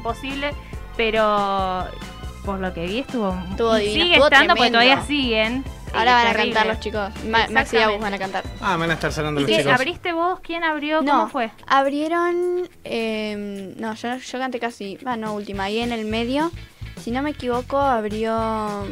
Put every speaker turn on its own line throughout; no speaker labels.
imposible, pero por lo que vi estuvo,
Estuvo
y
divino,
sigue
estuvo
estando porque
tremendo.
todavía siguen.
Ahora van a
Terrible.
cantar los chicos. Ma- Max y
Exactamente.
Agus van a cantar.
Ah, van a estar sonando los
¿Qué,
chicos.
¿Abriste vos? ¿Quién abrió? ¿Cómo
No,
fue?
abrieron. eh, no, yo, yo canté casi. Ah, no, última. Ahí en el medio. Si no me equivoco, abrió. No,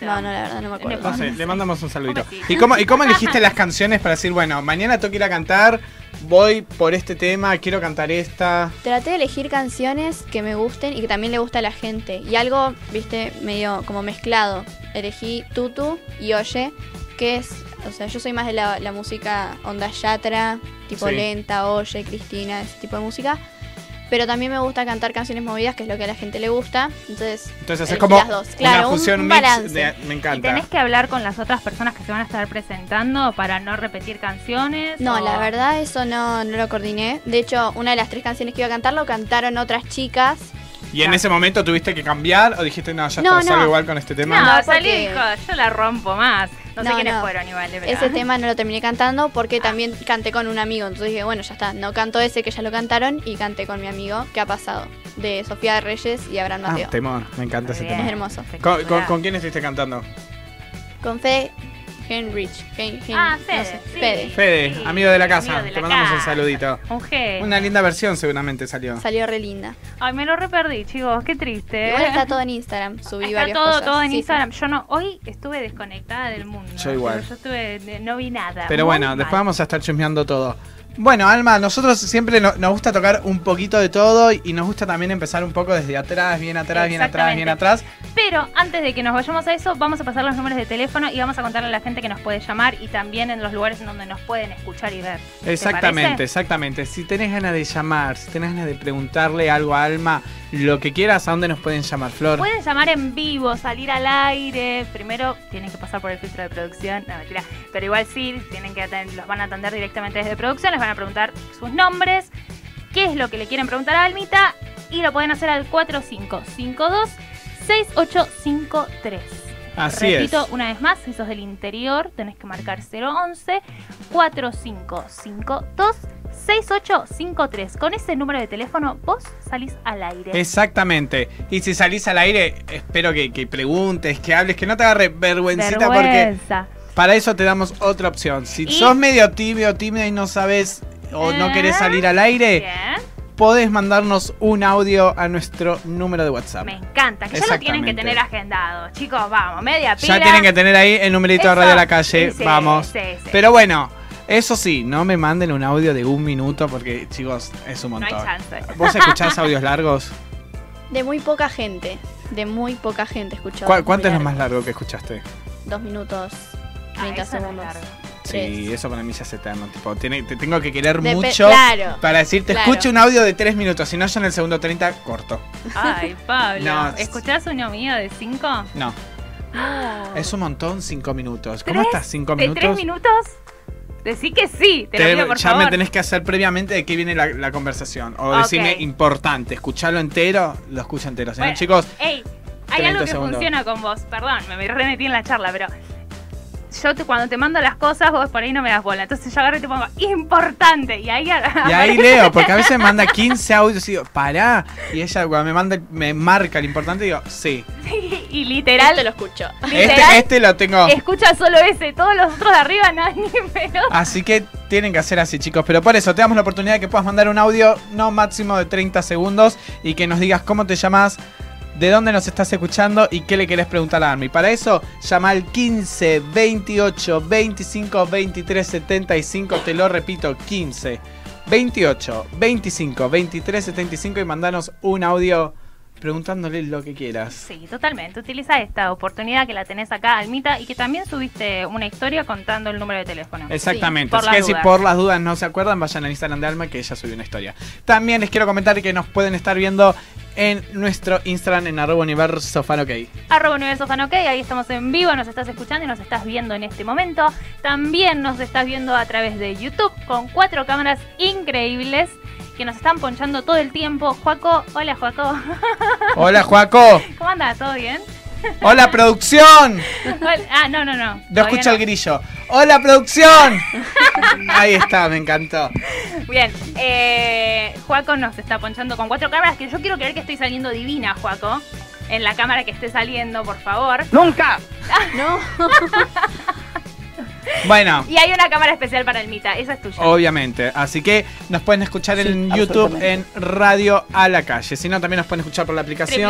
no, la verdad no me acuerdo.
No
Entonces, le mandamos un saludito.
Un besito.
¿Y cómo, ¿Y cómo elegiste las canciones para decir, bueno, mañana tengo que ir a cantar, voy por este tema, quiero cantar esta?
Traté de elegir canciones que me gusten y que también le gusta a la gente. Y algo, viste, medio como mezclado. Elegí Tutu y Oye, que es. O sea, yo soy más de la, la música onda yatra, tipo
Sí.
lenta, Oye, Cristina, ese tipo de música. Pero también me gusta cantar canciones movidas, que es lo que a la gente le gusta. Entonces,
Entonces es
elegí
como
las dos. Claro,
una fusión
un
mix
balance.
de- me
Y
encanta.
tenés que hablar con las otras personas que se van a estar presentando para no repetir canciones.
No,
o-
la verdad eso no, no lo coordiné. De hecho, una de las tres canciones que iba a cantar lo cantaron otras chicas.
¿Y en ese momento tuviste que cambiar o dijiste, no, ya
No,
está, salgo
no.
igual con este
No,
tema?
No, porque-
salí y dijo, yo la rompo más. No, sé
No,
quiénes
no.
fueron igual, de verdad.
Ese tema no lo terminé cantando porque también canté con un amigo. Entonces dije, bueno, ya está. No canto ese que ya lo cantaron y canté con mi amigo. ¿Qué ha pasado? De Sofía Reyes y Abraham
Ah,
Mateo.
temón, me encanta
Muy
ese
bien.
Es
tema.
hermoso.
¿Con, con,
Espectacular.
con quién estuviste cantando?
Con Fede Henrich. Hen- Hen-
Ah,
no
Fede,
sé,
sí.
Fede.
Fede,
Sí,
amigo de la casa,
amigo de
te
la
mandamos un
casa.
saludito.
Un G.
Una linda versión seguramente salió.
Salió re linda.
Ay, me lo reperdí, chicos. Qué triste.
Igual está todo en Instagram. Subí
Eh. Está
varias
todo,
cosas.
todo en
Sí, sí.
Instagram. Yo no, hoy estuve desconectada del mundo.
Yo igual.
Yo estuve, no vi nada.
Pero
Muy
bueno,
mal.
después vamos a estar chusmeando todo. Bueno, Alma, nosotros siempre no- nos gusta tocar un poquito de todo y nos gusta también empezar un poco desde atrás, bien atrás, bien atrás, bien atrás.
Pero antes de que nos vayamos a eso, vamos a pasar los números de teléfono y vamos a contarle a la gente que nos puede llamar y también en los lugares en donde nos pueden escuchar y ver. ¿Te
Exactamente,
parece?
exactamente. Si tenés ganas de llamar, si tenés ganas de preguntarle algo a Alma, lo que quieras, ¿a dónde nos pueden llamar, Flor?
Pueden llamar en vivo, salir al aire. Primero tienen que pasar por el filtro de producción. No, mentira. Pero igual sí, tienen que atend- los van a atender directamente desde producción. Les van a preguntar sus nombres, qué es lo que le quieren preguntar a Almita. Y lo pueden hacer al 4552-6853.
Así
Repito
es.
una vez más, si sos del interior, tenés que marcar 011 4552 6853. Con ese número de teléfono vos salís al aire.
Exactamente. Y si salís al aire, espero que, que preguntes, que hables, que no te agarre vergüencita porque
Vergüenza.
Para eso te damos otra opción. Si
Y-
sos medio tibio o tímida y no sabes o no querés salir al aire,
Ah, Bien.
podés mandarnos un audio a nuestro número de WhatsApp.
Me encanta, que ya lo tienen que
Exactamente.
tener agendado. Chicos, vamos, media pila.
Ya tienen que tener ahí el numerito de
Eso.
Radio de la Calle.
Sí, sí,
Vamos.
sí, sí.
Pero bueno, eso sí, no me manden un audio de un minuto porque, chicos, es un
No hay
montón.
chance.
¿Vos escuchás audios largos?
De muy poca gente. De muy poca gente escuchó.
¿Cuál- ¿Cuánto es lo
Muy
más
largo.
largo que escuchaste?
Dos minutos,
Ah,
30
eso no es
segundos.
largo.
Sí,
Tres.
eso para mí ya es eterno. Tipo, tiene- te tengo que querer
Depe-
mucho
claro.
para decirte,
Claro.
escucha un audio de tres minutos. Si no, yo en el segundo 30 corto.
Ay, Pablo.
No.
¿Escuchás uno mío de cinco?
No. Es un montón cinco minutos. ¿Cómo
Ah. ¿Tres?
estás cinco
¿De
minutos?
tres minutos? Decí que sí, te,
Te-
lo pido por
ya
favor.
me tenés que hacer previamente de qué viene la, la conversación. O
Ok.
decime importante, escucharlo entero, lo escucho entero. Si no,
Bueno.
chicos,
Ey, hay algo
30
que
segundos.
funciona con vos. Perdón, me- me remetí en la charla, pero. Yo te- cuando te mando las cosas, vos por ahí no me das bola. Entonces yo agarro y te pongo, importante. Y ahí,
y ahí leo, porque a veces manda 15 audios y digo, pará. Y ella cuando me manda, me marca el importante, digo, sí.
y
Este
literal,
lo escucho.
Este,
Literal.
este lo tengo.
escucha solo ese. Todos los otros de arriba, nada, ni me lo
Así que tienen que hacer así, chicos. Pero por eso, te damos la oportunidad de que puedas mandar un audio, no máximo de 30 segundos, y que nos digas cómo te llamas, de dónde nos estás escuchando y qué le querés preguntar a Army. Para eso, llama al 15 28 25 23 75. Te lo repito, 15 28 25 23 75 y mandanos un audio preguntándole lo que quieras.
Sí, totalmente. Utiliza esta oportunidad que la tenés acá, Almita, y que también subiste una historia contando el número de teléfono.
Exactamente.
Sí, por
Así
las
que si
dudas.
por las dudas no se acuerdan, vayan al Instagram de Alma que ella subió una historia. También les quiero comentar que nos pueden estar viendo en nuestro Instagram en arroba universo fan ok.
Arroba Universo Fan OK, ahí estamos en vivo, nos estás escuchando y nos estás viendo en este momento. También nos estás viendo a través de YouTube con cuatro cámaras increíbles que nos están ponchando todo el tiempo. Juaco, hola Juaco,
Hola Juaco.
¿cómo andas? ¿Todo bien?
¡Hola, producción!
Hola- Ah, no, no, no.
No
Todavía no.
escucha el grillo. ¡Hola, producción! Ahí está, me encantó.
Bien, eh, Juaco nos está ponchando con cuatro cámaras que yo quiero creer que estoy saliendo divina, Juaco. En la cámara que esté saliendo, por favor.
¡Nunca!
No.
Bueno,
Y hay una cámara especial para el Mita, esa es tuya.
obviamente. Así que nos pueden escuchar en
Sí,
YouTube,
absolutamente.
en Radio a la Calle. Si no, también nos pueden escuchar por la aplicación.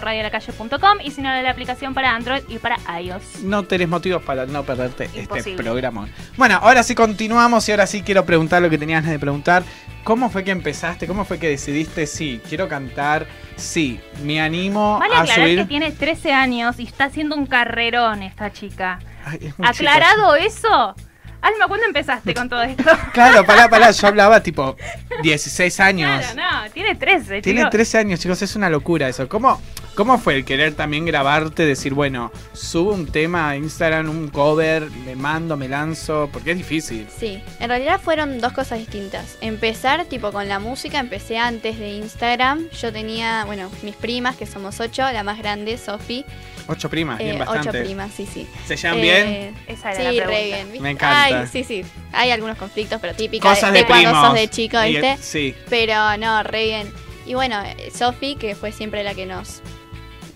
www.radiolacalle.com y si no, la aplicación para Android y para iOS.
No tenés motivos para no perderte este
Imposible.
programa. Bueno, ahora sí continuamos y ahora sí quiero preguntar lo que tenías ganas de preguntar. ¿Cómo fue que empezaste? ¿Cómo fue que decidiste? Sí, quiero cantar. Sí, me animo
Vale
a
aclarar que
subir.
tiene 13 años y está haciendo un carrerón esta chica.
Ay, es muy chica.
¿Aclarado eso? Alma, ¿cuándo empezaste con todo esto?
Claro, pará, pará, yo hablaba tipo 16 años.
Claro, no, tiene 13,
Tiene
chico.
13 años, chicos, es una locura eso. ¿Cómo, ¿Cómo fue el querer también grabarte, decir, bueno, subo un tema a Instagram, un cover, me mando, me lanzo? Porque es difícil.
Sí, en realidad fueron dos cosas distintas. Empezar tipo con la música, empecé antes de Instagram. Yo tenía, bueno, mis primas, que somos ocho, la más grande, Sofi.
Ocho primas, Ah, bien
eh,
bastante.
ocho primas, sí, sí.
¿Se llevan bien?
Eh,
Esa era la
Sí,
pregunta.
re bien. ¿viste?
Me encanta.
Ay, sí, sí. Hay algunos conflictos, pero típicos
Cosas
de,
de,
de cuando
primos.
sos de chico,
Y,
¿viste?
eh, Sí.
Pero no, re bien. Y bueno, eh, Sofi, que fue siempre la que nos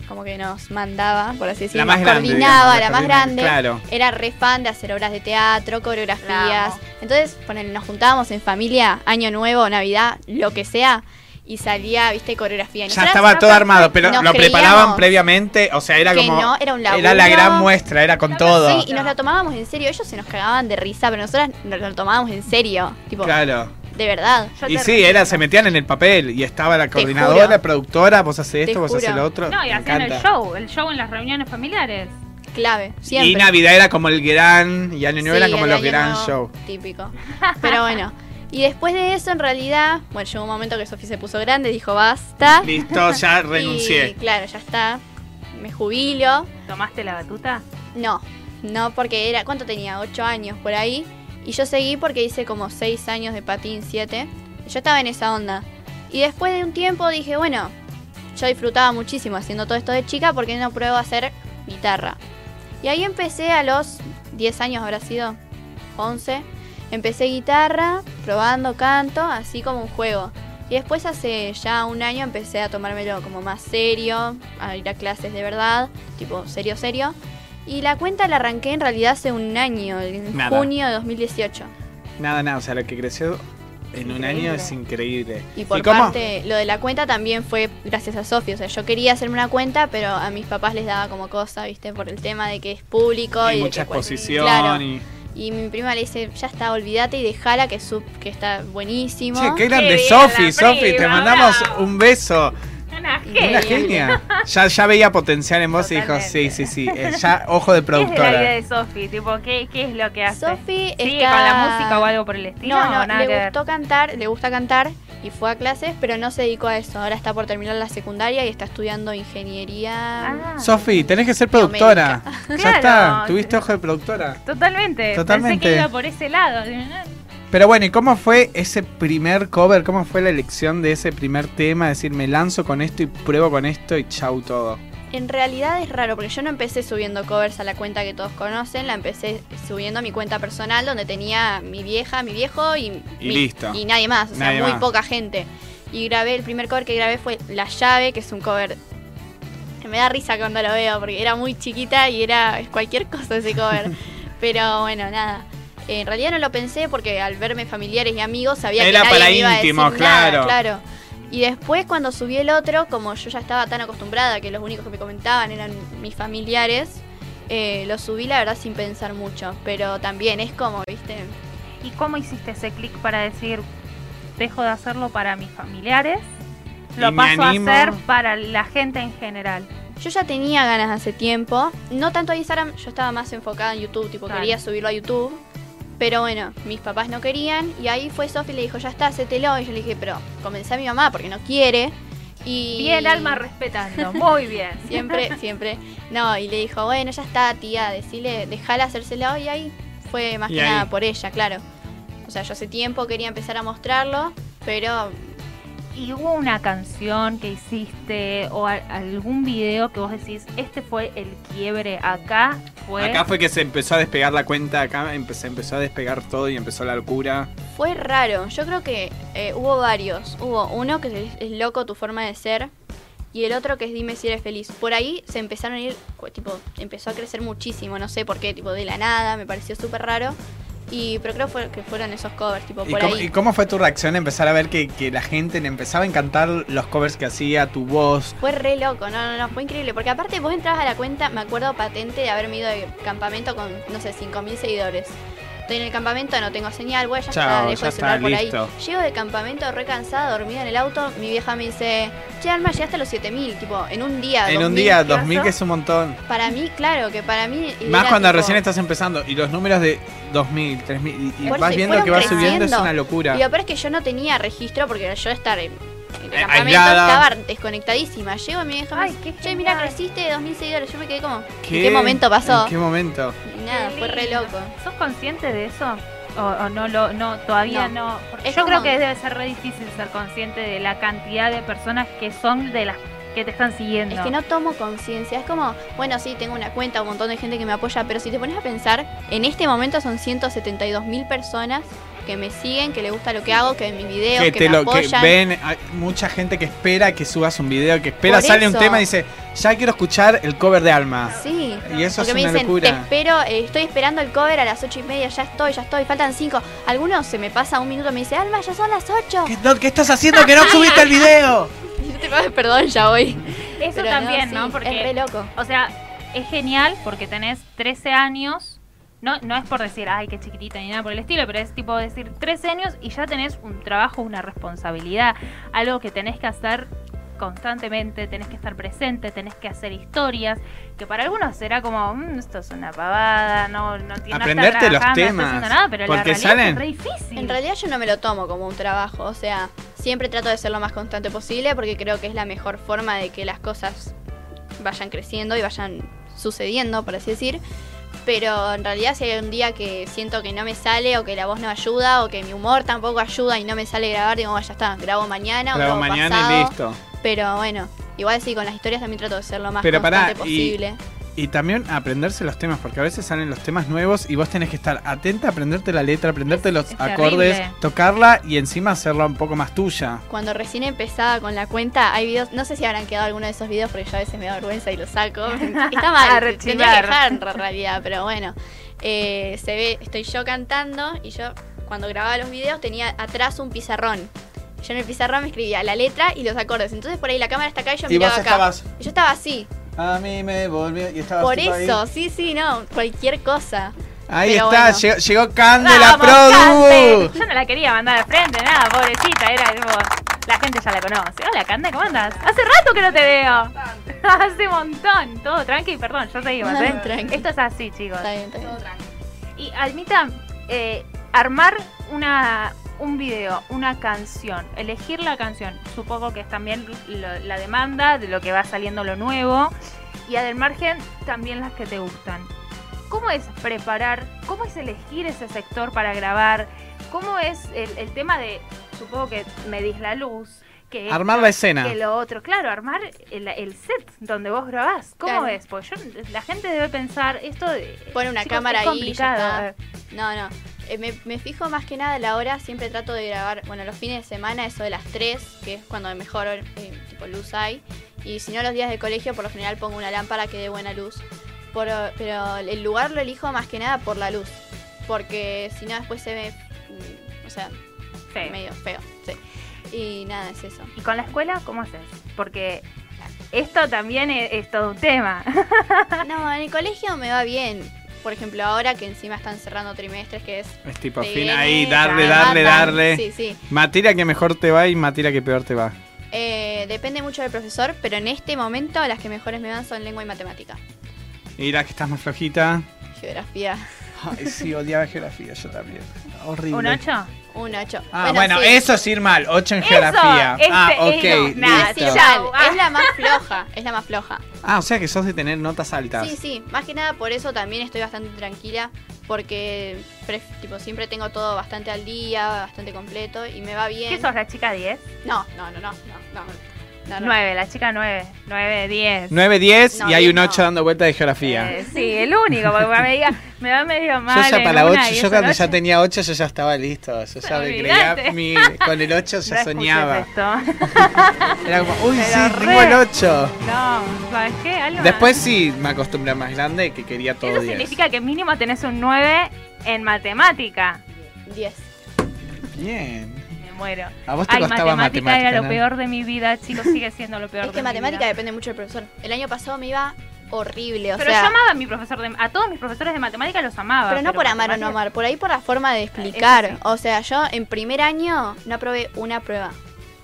como que nos mandaba, por así decirlo,
la más
nos
grande.
coordinaba,
digamos,
la más
coordinaba,
grande.
Claro.
Era re fan de hacer obras de teatro,
La
coreografías.
amo.
Entonces, ponele, nos juntábamos en familia, año nuevo, Navidad, lo que sea, y salía, viste, coreografía. Y
Ya
nosotras
estaba todo armado, pero
nos
lo preparaban
creíamos
previamente, o sea, era
que
como...
no, era un laburo.
Era la gran muestra, era con todo.
Sí, y nos lo tomábamos en serio. Ellos se nos cagaban de risa, pero nosotras nos lo tomábamos en serio. Tipo,
Claro.
de verdad.
Yo
Y
te
sí, eh.
río.
era, se metían en el papel y estaba la
juro.
coordinadora, productora, vos haces
Te
esto, vos haces
juro.
lo otro.
No, y
Me
hacían el
encanta.
show, el show en las reuniones familiares.
Clave, siempre.
Y Navidad era como el gran, y Año Nuevo
Sí,
era como
el
los
año
gran
nuevo
show.
Típico. Pero bueno. Y después de eso, en realidad, bueno, llegó un momento que Sofía se puso grande, dijo basta.
Listo, ya
Y,
renuncié.
claro, ya está. Me jubilo.
¿Tomaste la batuta?
No, no, porque era. ¿Cuánto tenía? ¿Ocho años por ahí. Y yo seguí porque hice como seis años de patín, siete. Yo estaba en esa onda. Y después de un tiempo dije, bueno, yo disfrutaba muchísimo haciendo todo esto de chica, ¿por qué no pruebo a hacer guitarra? Y ahí empecé a los 10 años, habrá sido 11. Empecé guitarra, probando canto, así como un juego. Y después hace ya un año empecé a tomármelo como más serio, a ir a clases de verdad, tipo serio, serio. Y la cuenta la arranqué en realidad hace un año, en
Nada.
junio de 2018.
Nada, nada, o sea, lo que creció en un año
Increíble.
es increíble.
Y por
cómo?
parte, lo de la cuenta también fue gracias a Sofi. O sea, yo quería hacerme una cuenta, pero a mis papás les daba como cosa, ¿viste? Por el tema de que es público y,
Y
de
mucha
que cual-
exposición
Claro.
y...
Y mi prima le dice, ya está, olvídate y dejala, que, su- que está buenísimo.
Che, qué grande,
bien la
Sofi, Sofi, te
prima,
mandamos
bravo.
un beso.
Una
Una
genia.
Genial.
genia. Ya, ya veía potencial en vos y
Totalmente.
dijo, sí, sí, sí, eh, ya ojo
¿Qué
de
es de la vida
productora.
de Sofi? Tipo, ¿qué, ¿qué es lo que hace?
Sofi
¿Sigue
está...
con la música o algo por el estilo?
No, no,
nada que
le
ver.
gustó cantar, le gusta cantar y fue a clases, pero no se dedicó a eso. Ahora está por terminar la secundaria y está estudiando ingeniería.
Ah,
Sofi, tenés que ser productora. Ya
Claro.
está, tuviste ojo de productora.
Totalmente. Pensé
Totalmente.
que iba por ese lado.
Pero bueno, ¿y cómo fue ese primer cover? ¿Cómo fue la elección de ese primer tema? Decir, me lanzo con esto y pruebo con esto y chau todo.
En realidad es raro, porque yo no empecé subiendo covers a la cuenta que todos conocen, la empecé subiendo a mi cuenta personal, donde tenía mi vieja, mi viejo y,
Y
mi-
listo.
y nadie más, o sea,
Nadie
muy
más.
poca gente. Y grabé, el primer cover que grabé fue La Llave, que es un cover... Me da risa cuando lo veo, porque era muy chiquita y era es cualquier cosa ese cover. Pero bueno, nada. Eh, En realidad no lo pensé porque al verme familiares y amigos sabía
Era
que nadie
para
me iba a
íntimos,
decir nada,
claro.
claro. Y después cuando subí el otro, como yo ya estaba tan acostumbrada que los únicos que me comentaban eran mis familiares, eh, lo subí la verdad sin pensar mucho. Pero también es como, viste,
¿Y cómo hiciste ese clic para decir, dejo de hacerlo para mis familiares?
Y
Lo
me
paso a
animo.
hacer para la gente en general.
yo ya tenía ganas hace tiempo. No tanto a Instagram, yo estaba más enfocada en YouTube, tipo
Claro.
quería subirlo a YouTube. Pero bueno, mis papás no querían y ahí fue Sofi y le dijo, ya está, hacételo. Y yo le dije, pero comencé a mi mamá porque no quiere. Y...
Bien, alma respetando. Muy bien.
Siempre, siempre. No, y le dijo, bueno, ya está, tía, decile, dejala hacérselo. Y ahí fue más
Y
que
ahí.
nada por ella, claro. O sea, yo hace tiempo quería empezar a mostrarlo, pero
y hubo una canción que hiciste o a- algún video que vos decís, este fue el quiebre, acá fue...
Acá fue que se empezó a despegar la cuenta, acá empe- se empezó a despegar todo y empezó la locura.
Fue raro. Yo creo que eh, hubo varios. Hubo uno que es, es loco tu forma de ser y el otro que es dime si eres feliz. Por ahí se empezaron a ir, cu- tipo, empezó a crecer muchísimo. No sé por qué, tipo, de la nada. Me pareció súper raro. Y, pero creo fue- que fueron esos covers, tipo,
¿Y
por
cómo,
ahí.
y cómo fue tu reacción a empezar a ver que, que la gente le empezaba a encantar los covers que hacía, tu voz?
Fue re loco, no, no, no, fue increíble. Porque aparte vos entrabas a la cuenta, me acuerdo patente de haberme ido de campamento con, no sé, 5.000 seguidores. Estoy en el campamento, no tengo señal, bueno, ya está,
Chao,
dejo
ya
el celular
está,
por
listo.
ahí. Llego de campamento re cansada, dormida en el auto, mi vieja me dice, che, Alma, llegaste a los 7.000, tipo, en un día.
En un
2.000".
día,
¿qué
2000 que
pasó?
es un montón.
Para mí, claro, que para mí...
Más
era
cuando
tipo-
recién estás empezando y los números de 2000, 3000 y, y
Por
vas
si
viendo que va
fueron
subiendo es
creciendo.
una locura.
Y lo peor es que yo no tenía registro porque yo estar en en el
Eh,
campamento
aislada.
estaba desconectadísima. Llego y mi vieja me
Ay,
dice,
qué
che, mira,
genial".
creciste de 2.000 seguidores. Yo me quedé como, ¿en qué momento pasó?
¿En qué momento?
Y nada,
Qué
fue re
lindo.
loco.
¿Sos consciente de eso? ¿O, o no lo no todavía no? Porque
Es
yo creo
como-
que debe ser re difícil ser consciente de la cantidad de personas que son de las que te están siguiendo.
Es que no tomo conciencia. Es como, bueno, sí, tengo una cuenta, un montón de gente que me apoya, pero si te pones a pensar, en este momento son 172 mil personas que me siguen, que le gusta lo que hago, que ven mis videos, que,
que te
me
lo que
apoyan.
ven hay mucha gente que espera que subas un video que espera
Por
sale un
eso.
tema y dice ya quiero escuchar el cover de Alma
Sí.
y eso
Porque
es
me
una
dicen, te
locura
espero, eh, estoy esperando el cover a las ocho y media, ya estoy, ya estoy, faltan cinco. Algunos se me pasa un minuto y me dice, Alma, ya son las 8.
¿Qué, no, ¿qué estás haciendo que no subiste el video
Y yo te digo, "Ay, perdón, ya voy.
Eso
Pero
también,
sí,
¿no?
Es
Porque
re loco.
O sea, es genial porque tenés 13 años. No, no es por decir, ay, qué chiquitita ni nada por el estilo, pero es tipo decir 13 años y ya tenés un trabajo, una responsabilidad, algo que tenés que hacer constantemente, tenés que estar presente, tenés que hacer historias, que para algunos será como, "Mm, esto es una pavada, no, no tiene
Aprenderte los
No
temas,
estás haciendo nada, pero la
porque
realidad
salen.
es re difícil.
En realidad yo no me lo tomo como un trabajo, o sea, siempre trato de ser lo más constante posible porque creo que es la mejor forma de que las cosas vayan creciendo y vayan sucediendo, por así decir. Pero en realidad si hay un día que siento que no me sale o que la voz no ayuda o que mi humor tampoco ayuda y no me sale grabar, digo, "Bueno, ya está, grabo mañana o
Grabo
grabo
mañana
pasado".
y listo
Pero bueno, igual sí, con las historias también trato de ser lo más
Pero pará,
constante
y-
posible.
y también aprenderse los temas porque a veces salen los temas nuevos y vos tenés que estar atenta a aprenderte la letra aprenderte los
es
acordes
terrible.
tocarla y encima hacerla un poco más tuya
Cuando recién empezaba con la cuenta, hay videos, no sé si habrán quedado alguno de esos videos porque yo a veces me da vergüenza y los saco. Está
A
mal, tendría que
rechinar.
dejar en realidad, pero bueno. Eh, se ve, estoy yo cantando y yo cuando grababa los videos tenía atrás un pizarrón. Yo en el pizarrón me escribía la letra y los acordes. Entonces por ahí la cámara está acá y yo
y vos
miraba acá.
estabas
Yo estaba así.
a mí me volvió y estabas
Por
tipo ahí.
eso, sí, sí, no, cualquier cosa.
ahí
Pero
está
bueno.
llegó, llegó Candela
Vamos,
Produ
Cande. Yo no la quería mandar al frente, nada, pobrecita, era como... La gente ya la conoce. Hola, Cande, ¿cómo andas? Hace rato que no te veo. Hace montón. Todo tranqui, perdón, yo te digo.
No,
¿eh?
tranqui.
Esto es así, chicos.
Está bien, está bien.
Y Almita, eh, armar una, un video, una canción, elegir la canción, supongo que es también lo- la demanda de lo que va saliendo lo nuevo y al margen también las que te gustan. ¿Cómo es preparar? ¿Cómo es elegir ese sector para grabar? ¿Cómo es el, el tema de, supongo que medís la luz? Que
armar la escena
que lo otro, claro, armar el, el set donde vos grabás. ¿Cómo
Claro.
es? Porque yo, la gente debe pensar, esto de.
Pone una
chicos,
cámara
es
ahí y ya
complicado.
No, no. Eh, me, me fijo más que nada la hora. Siempre trato de grabar, bueno, los fines de semana, eso de las 3, que es cuando mejor eh, tipo luz hay. Y si no, los días de colegio, por lo general pongo una lámpara que dé buena luz. Por, eh, pero el lugar lo elijo más que nada por la luz. Porque si no, después se ve, mm, o sea,
Sí.
medio feo. Sí. Y nada, es eso.
¿Y con la escuela cómo haces? Porque esto también es, es todo un tema.
No, en el colegio me va bien. Por ejemplo, ahora que encima están cerrando trimestres, que es...
Es tipo
te
fin,
viene,
ahí,
te
darle,
claro.
darle,
matan.
darle.
Sí, sí.
Materia que mejor te va y materia que peor te va.
Eh, depende mucho del profesor, pero en este momento las que mejores me van son lengua y matemática.
Y la que estás más flojita.
Geografía,
Ay, sí, odiaba geografía, yo también. Horrible.
¿Un 8?
un 8.
Ah, bueno,
sí.
eso es ir mal, 8 en
Eso,
geografía.
este,
ah,
eh,
ok,
no, nada,
Es
listo.
sí, ya.
igual,
Ah.
es la más floja, es la más floja.
Ah, o sea que sos de tener notas altas.
Sí, sí, más que nada por eso también estoy bastante tranquila porque pref- tipo, siempre tengo todo bastante al día, bastante completo y me va bien.
¿Qué sos, la chica 10?
No, no, no, no, no, no. no, no.
9, la chica 9. 9, 10.
9, 10
No,
y hay
diez
un 8
no.
dando vuelta de geografía.
Eh, sí, el único, porque me, diga, me va medio
yo
mal.
ya
en
para la
una
8,
y
yo
es
cuando
un
ya
ocho.
tenía 8 yo ya estaba listo. Yo ya me creía
Olvídate.
mi, con el 8
No
ya
escuches
soñaba.
esto.
Era como, uy, sí,
Pero
tengo el
re.
8.
No, ¿sabes qué? Algo
Después sí me acostumbré más grande que quería todo
Eso
10.
significa que mínimo tenés un 9 en matemática.
10.
Bien.
Me muero.
A vos te
Ay,
costaba
matemática,
matemática.
era
¿no?
lo peor de mi vida, chicos. Sigue siendo lo peor
Es
de
que
mi
matemática
vida.
depende mucho del profesor. El año pasado me iba horrible, o
Pero
sea,
yo amaba a mi profesor de, a todos mis profesores de matemática los amaba.
pero no por amar o no
matemática-
amar, por ahí por la forma de explicar.
Ah, eso sí.
O sea, yo en primer año no aprobé una prueba,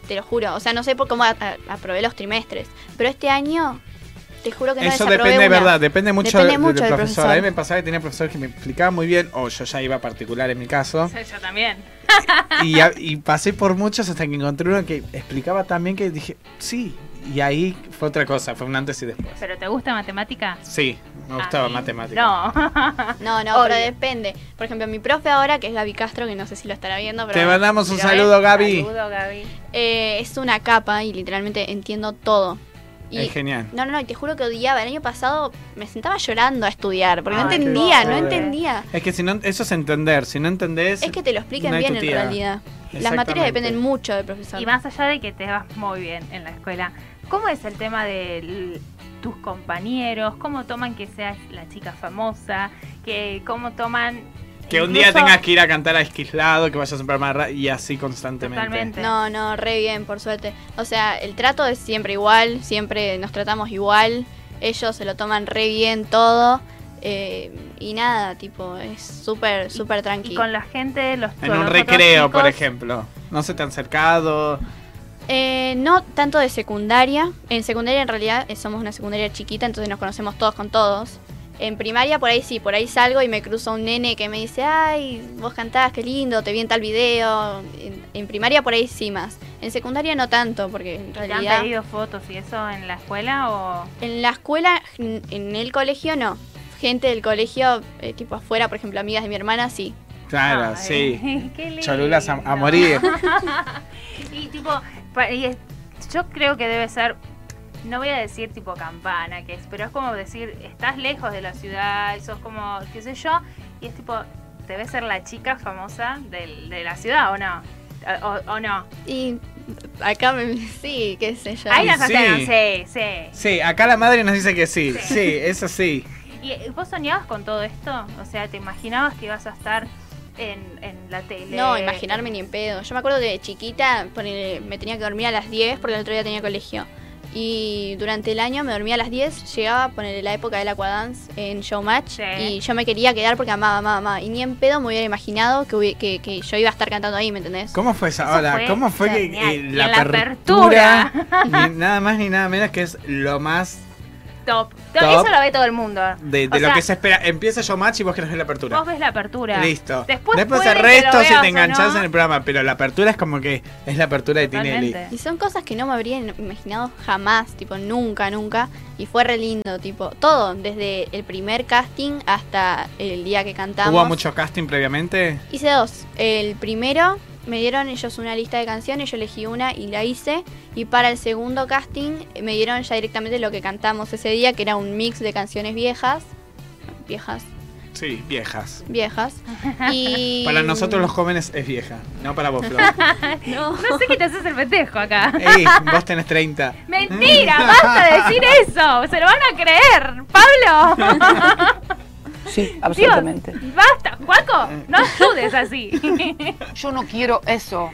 te lo juro. O sea, no sé por cómo a- a- aprobé los trimestres, pero este año te juro que no
Eso
desaprobé
depende,
una.
verdad, depende mucho,
Depende
de-
mucho
del
del
profesor.
profesor.
A mí me pasaba que tenía profesores que me explicaban muy bien, o yo ya iba a particular en mi caso,
Sí, yo también.
y, a- y pasé por muchos hasta que encontré uno que explicaba tan bien que dije, sí, y ahí fue otra cosa, fue un antes y después.
¿Pero te gusta matemática?
Sí, me
A
gustaba
mí
matemática.
Ah, No.
No, no, pero depende. Por ejemplo, mi profe ahora, que es Gaby Castro, que no sé si lo estará viendo, pero
Te mandamos un
Pero,
saludo,
eh,
Gaby.
Saludo, Gaby.
eh, es una capa y literalmente entiendo todo. Y
Es genial.
No, no, no, y te juro que odiaba. El año pasado me sentaba llorando a estudiar, porque no
Ay, qué
entendía, no
pobre.
entendía.
Es que si no, eso es entender, si no entendés...
Es que te lo explican
No hay
bien en
tutía.
realidad. Las
Exactamente.
materias dependen mucho del profesor.
Y más allá de que te vas muy bien en la escuela, ¿cómo es el tema de l- tus compañeros? ¿Cómo toman que seas la chica famosa? Que, ¿Cómo toman...
Que un día
incluso-
tengas que ir a cantar a Esquislado, que vayas a un programa de ra- y así constantemente.
Totalmente.
No, no, re bien, por suerte. O sea, el trato es siempre igual, siempre nos tratamos igual. Ellos se lo toman re bien todo. eh, y nada, tipo, es súper, súper
Y
tranquilo.
con la gente, los
En
los
un
otros
recreo, por
chicos,
ejemplo. No se te han cercado.
Eh, no tanto de secundaria. En secundaria en realidad eh, somos una secundaria chiquita, entonces nos conocemos todos con todos. En primaria por ahí sí, por ahí salgo y me cruzo un nene que me dice, ay, vos cantás, qué lindo, te vi en tal video. En, en primaria por ahí sí más. En secundaria no tanto, porque en
¿Te han
realidad...
pedido fotos y eso en la escuela o...?
En la escuela, en en el colegio no. Gente del colegio, eh, tipo afuera, por ejemplo, amigas de mi hermana, sí.
Claro,
Ay,
sí.
Ah, eh, qué lindo.
Cholulas a, a morir.
Y tipo, pa- y es- yo creo que debe ser, no voy a decir tipo campana, que es, pero es como decir, estás lejos de la ciudad, sos como, qué sé yo, y es tipo, debe ser la chica famosa del- de la ciudad, ¿o no? O, o no.
Y acá me... Sí, qué sé yo.
Ahí
Y
nos
sí.
hacen, sí, sí.
Sí, acá la madre nos dice que sí.
Sí.
Sí, eso sí.
¿Y eh, vos soñabas con todo esto? O sea, ¿te imaginabas que ibas a estar en, en la tele?
No, imaginarme ni en pedo. Yo me acuerdo de chiquita, ponele, me tenía que dormir a las 10 porque el otro día tenía colegio. Y durante el año me dormía a las 10, llegaba a poner la época del Aquadance en Showmatch
Sí.
y yo me quería quedar porque amaba, amaba, amaba. Y ni en pedo me hubiera imaginado que, hubi- que, que yo iba a estar cantando ahí, ¿me entendés?
¿Cómo fue esa?
Eso
Ahora,
fue
¿cómo fue que
genial.
eh,
Y en
la,
la
apertura? ni nada más ni nada menos que es lo más
Top.
Top.
Eso lo ve todo el mundo.
de, de
O
lo
sea,
que se espera. Empieza yo match y vos querés ver la apertura.
Vos ves la apertura.
Listo.
Después puede
el
que lo
resto si
veas o
te enganchás
no.
en el programa, pero la apertura es como que es la apertura de Tinelli.
Totalmente.
Y son cosas que no me habría imaginado jamás, tipo nunca, nunca. Y fue re lindo, tipo todo, desde el primer casting hasta el día que cantamos.
Hubo mucho casting previamente.
Hice dos. El primero me dieron ellos una lista de canciones, yo elegí una y la hice. Y para el segundo casting me dieron ya directamente lo que cantamos ese día, que era un mix de canciones viejas. Viejas,
Sí, viejas.
viejas. Y...
Para nosotros los jóvenes es vieja, no para vos, Flor.
No.
No sé qué te haces el pendejo acá.
Ey, vos tenés 30.
Mentira, basta de decir eso. Se lo van a creer, Pablo.
Sí, absolutamente.
Basta, Juaco, no ayudes así.
Yo no quiero eso.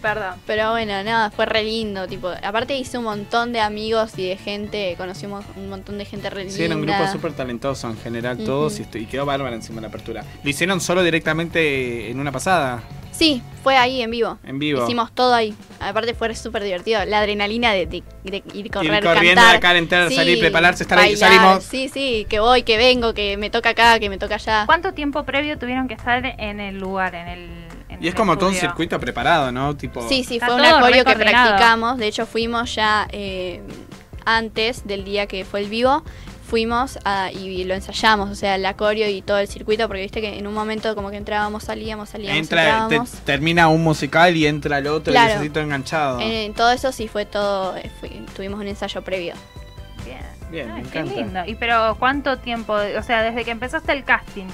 Perdón.
Pero bueno, nada, fue re lindo, tipo, aparte hice un montón de amigos y de gente, conocimos un montón de gente re linda.
Sí, era un grupo súper talentoso en general todos
Ujú.
y estu- y, quedó bárbara encima de la apertura. ¿Lo hicieron solo directamente en una pasada?
Sí, fue ahí en vivo.
En vivo.
Hicimos todo ahí. Aparte fue súper divertido. La adrenalina de, de- de ir correr,
Ir corriendo
cantar.
acá, entrar,
Sí,
salir, prepararse, estar ahí,
bailar.
salimos.
Sí, sí, que voy, que vengo, que me toca acá, que me toca allá.
¿Cuánto tiempo previo tuvieron que estar en el lugar, en el en
Y
el
es como todo un
estudio?
circuito preparado, ¿no? Tipo,
Sí, sí,
Está
fue un
todo
acorio que
recoordinado.
practicamos. De hecho, fuimos ya eh, antes del día que fue el vivo. fuimos a- y lo ensayamos, o sea, la coreo y todo el circuito, porque viste que en un momento como que entrábamos, salíamos, salíamos,
Entra, te-
entrábamos.
termina un musical y entra el otro
Claro. Eh,
y necesito enganchado.
En, en todo eso sí fue todo, eh, fui- tuvimos un ensayo previo.
Bien.
Bien, me
Ay, qué
encanta.
lindo. Y pero ¿cuánto tiempo? O sea, desde que empezaste el casting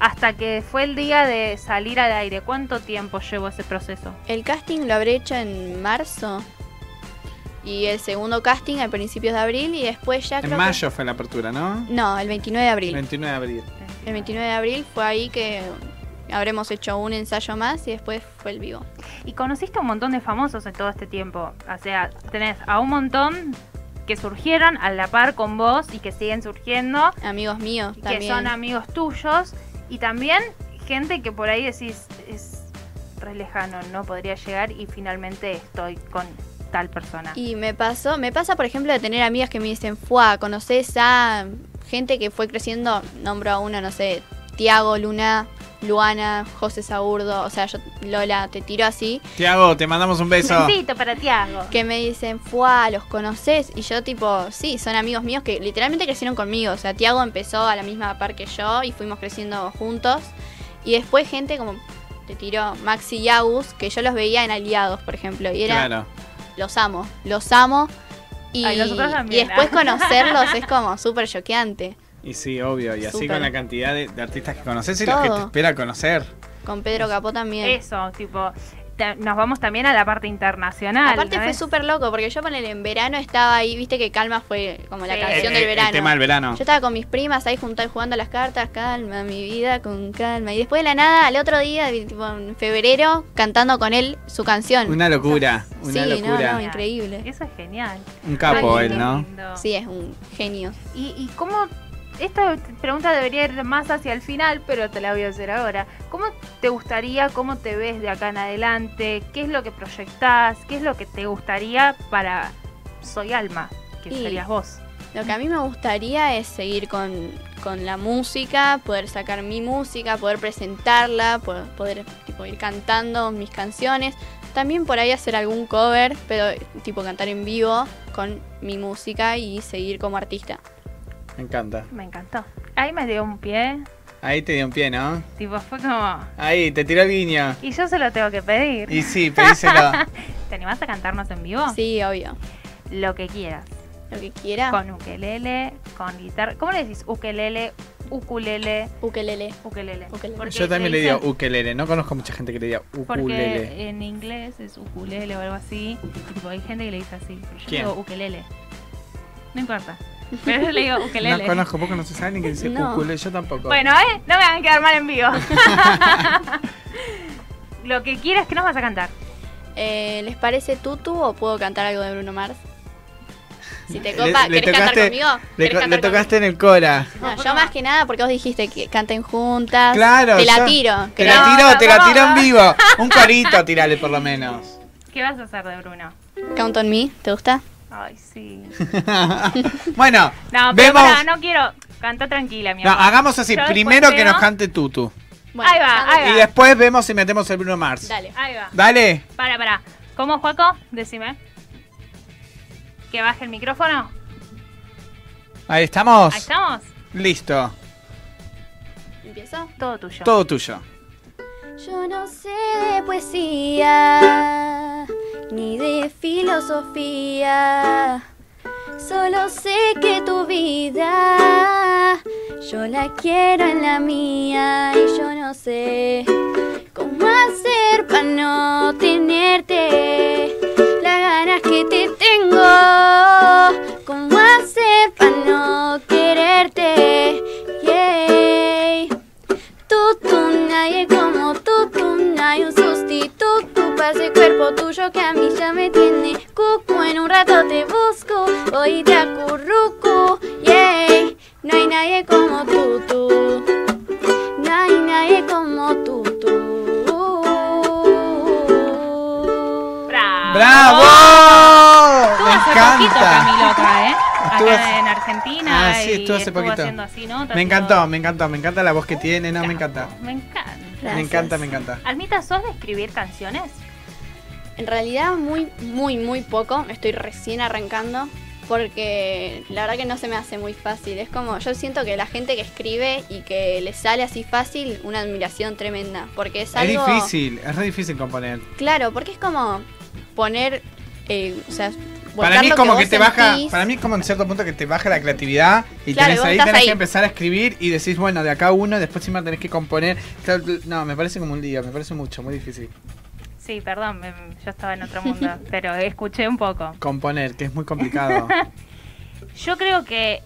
hasta que fue el día de salir al aire, ¿cuánto tiempo llevó ese proceso?
El casting lo habré hecho en marzo y el segundo casting a principios de abril y después ya creo
En
que-
mayo fue la apertura, ¿no?
No, el 29 de abril.
29 de abril.
El 29 de abril fue ahí que habremos hecho un ensayo más y después fue el vivo.
Y conociste a un montón de famosos en todo este tiempo. O sea, tenés a un montón que surgieron a la par con vos y que siguen surgiendo,
Amigos míos
y que
también.
son amigos tuyos, y también gente que por ahí decís es re lejano, no podría llegar y finalmente estoy con tal persona.
Y me pasó, me pasa por ejemplo de tener amigas que me dicen, fuá, conoces a gente que fue creciendo, nombro a uno, no sé, Tiago, Luna, Luana, José Saurdo, o sea, yo Lola, te tiro así,
Tiago, te mandamos un beso.
Besito para Tiago.
que me dicen, fuá, los conoces, y yo tipo, sí, son amigos míos que literalmente crecieron conmigo, o sea, Tiago empezó a la misma par que yo y fuimos creciendo juntos, y después gente como, te tiró Maxi y Agus, que yo los veía en Aliados, por ejemplo, y era
Claro.
los amo, los amo. Y,
Ay, nosotros también,
y después
ah.
conocerlos es como súper choqueante.
Y sí, obvio. Y así
Súper.
con la cantidad de, de artistas que conoces y los que
Todo.
te espera conocer.
Con Pedro Capó también.
Eso, tipo, ta- nos vamos también a la parte internacional.
Aparte
¿no
fue
es?
súper loco, porque yo ponele, en verano estaba ahí, viste que Calma fue como la
Sí.
canción
Eh,
del verano.
El tema del verano.
Yo estaba con mis primas ahí juntas jugando a las cartas, calma, mi vida, con calma. Y después de la nada, al otro día, tipo en febrero, cantando con él su canción.
Una locura. Una
Sí, no,
locura.
no, increíble.
Eso es genial.
Un capo
Ay,
él,
qué
¿no?
lindo.
Sí, es un genio.
¿Y, y cómo.? Esta pregunta debería ir más hacia el final, pero te la voy a hacer ahora. ¿Cómo te gustaría, cómo te ves de acá en adelante? ¿Qué es lo que proyectás? ¿Qué es lo que te gustaría para Soy Alma, que
Y-
serías vos?
Lo que a mí me gustaría es seguir con, con la música, poder sacar mi música, poder presentarla, po- poder, tipo, ir cantando mis canciones. También por ahí hacer algún cover, pero tipo cantar en vivo con mi música y seguir como artista.
Me encanta.
Me encantó. Ahí me dio un pie,
Ahí te dio un pie, ¿no?
tipo, fue como.
Ahí, te tiró el guiño.
Y yo se lo tengo que pedir.
Y sí, pedíselo.
¿Te animás a cantarnos en vivo?
Sí, obvio.
Lo que quieras.
Lo que quiera.
Con ukelele, con guitarra. ¿Cómo le decís? Ukelele, ukulele,
Ukelele.
ukelele.
Ukelele.
Porque
Yo también
le
le digo
dicen-
ukelele. No conozco mucha gente que le diga
Porque
ukulele.
en inglés es ukulele o algo así. Y tipo, hay gente que le dice así. Pero yo
¿Quién?
digo ukelele. No importa. Pero yo le digo ukelele.
No conozco, vos conocés a alguien que dice
No.
ukulele. Yo tampoco.
Bueno, ¿eh? No me van a quedar mal en vivo. Lo que quieras que nos vas a cantar.
Eh, ¿Les parece tutu o puedo cantar algo de Bruno Mars? Si te
Le-
copa,
le
¿querés cantar
tocaste-
conmigo?
le,
¿Querés
co- le
cantar conmigo?
tocaste en el cora.
No, yo más que nada porque vos dijiste que canten juntas.
Claro,
Te la
yo-
tiro.
Te
No,
la tiró,
no,
te la
no,
tiró en
no.
vivo. Un corito tirale por lo menos.
¿Qué vas a hacer de Bruno?
Count on me, ¿te gusta?
Ay, sí.
bueno,
No, pero
vemos.
pará, no quiero. Canta tranquila, mi
No,
amor.
hagamos así.
Yo después
Primero que
veo.
nos cante Tutu.
Ahí va, ahí
Y
va.
después vemos si metemos el Bruno Mars.
Dale.
Ahí va.
Dale.
Para, para. ¿Cómo, Juaco? Decime. Que baje el micrófono.
Ahí estamos.
Ahí estamos.
Listo.
¿Empiezo?
Todo tuyo.
Todo tuyo.
Yo no sé de poesía, ni de filosofía. Solo sé que tu vida, yo la quiero en la mía. Y yo no sé cómo hacer para no tenerte. Las ganas que te tengo, cómo hacer para no quererte. Yay. Tú, tú, nadie como tú, tú, nadie un sustituto para ese cuerpo tuyo que a mí ya me tiene cuco. En un rato te busco, hoy te acurruco, yay. No hay nadie como tú, tú, no hay nadie como tú, tú.
¡Bravo!
¡Bravo!
Ah. Estuvo
Me
hace poquito
encanta.
Camilo acá, ¿eh?
Estuvo
acá
hace-
en Argentina.
Ah, sí,
y
estuvo hace poquito.
haciendo así, ¿no?
Me encantó, me encantó, me encanta la voz que tiene. No, me encanta.
Me encanta.
Me encanta, me encanta.
Almita, ¿sos de escribir canciones?
En realidad muy, muy, muy poco. Estoy recién arrancando. porque la verdad que no se me hace muy fácil. Es como, yo siento que la gente que escribe y que le sale así fácil, una admiración tremenda. Porque es
Es
algo.
difícil, es re difícil componer.
Claro, porque es como poner. eh, o sea,
Para
volcar
mí
lo
es como que,
vos
te baja,
sentís.
para mí es como en cierto punto que te baja la creatividad
Claro, y
y tenés
vos
ahí,
estás
tenés
ahí.
que empezar a escribir y decís, bueno, de acá uno, después encima tenés que componer. Claro, No, me parece como un lío, me parece mucho, muy difícil.
Sí, perdón, me- yo estaba en otro mundo, pero escuché un poco.
Componer, que es muy complicado.
Yo creo que,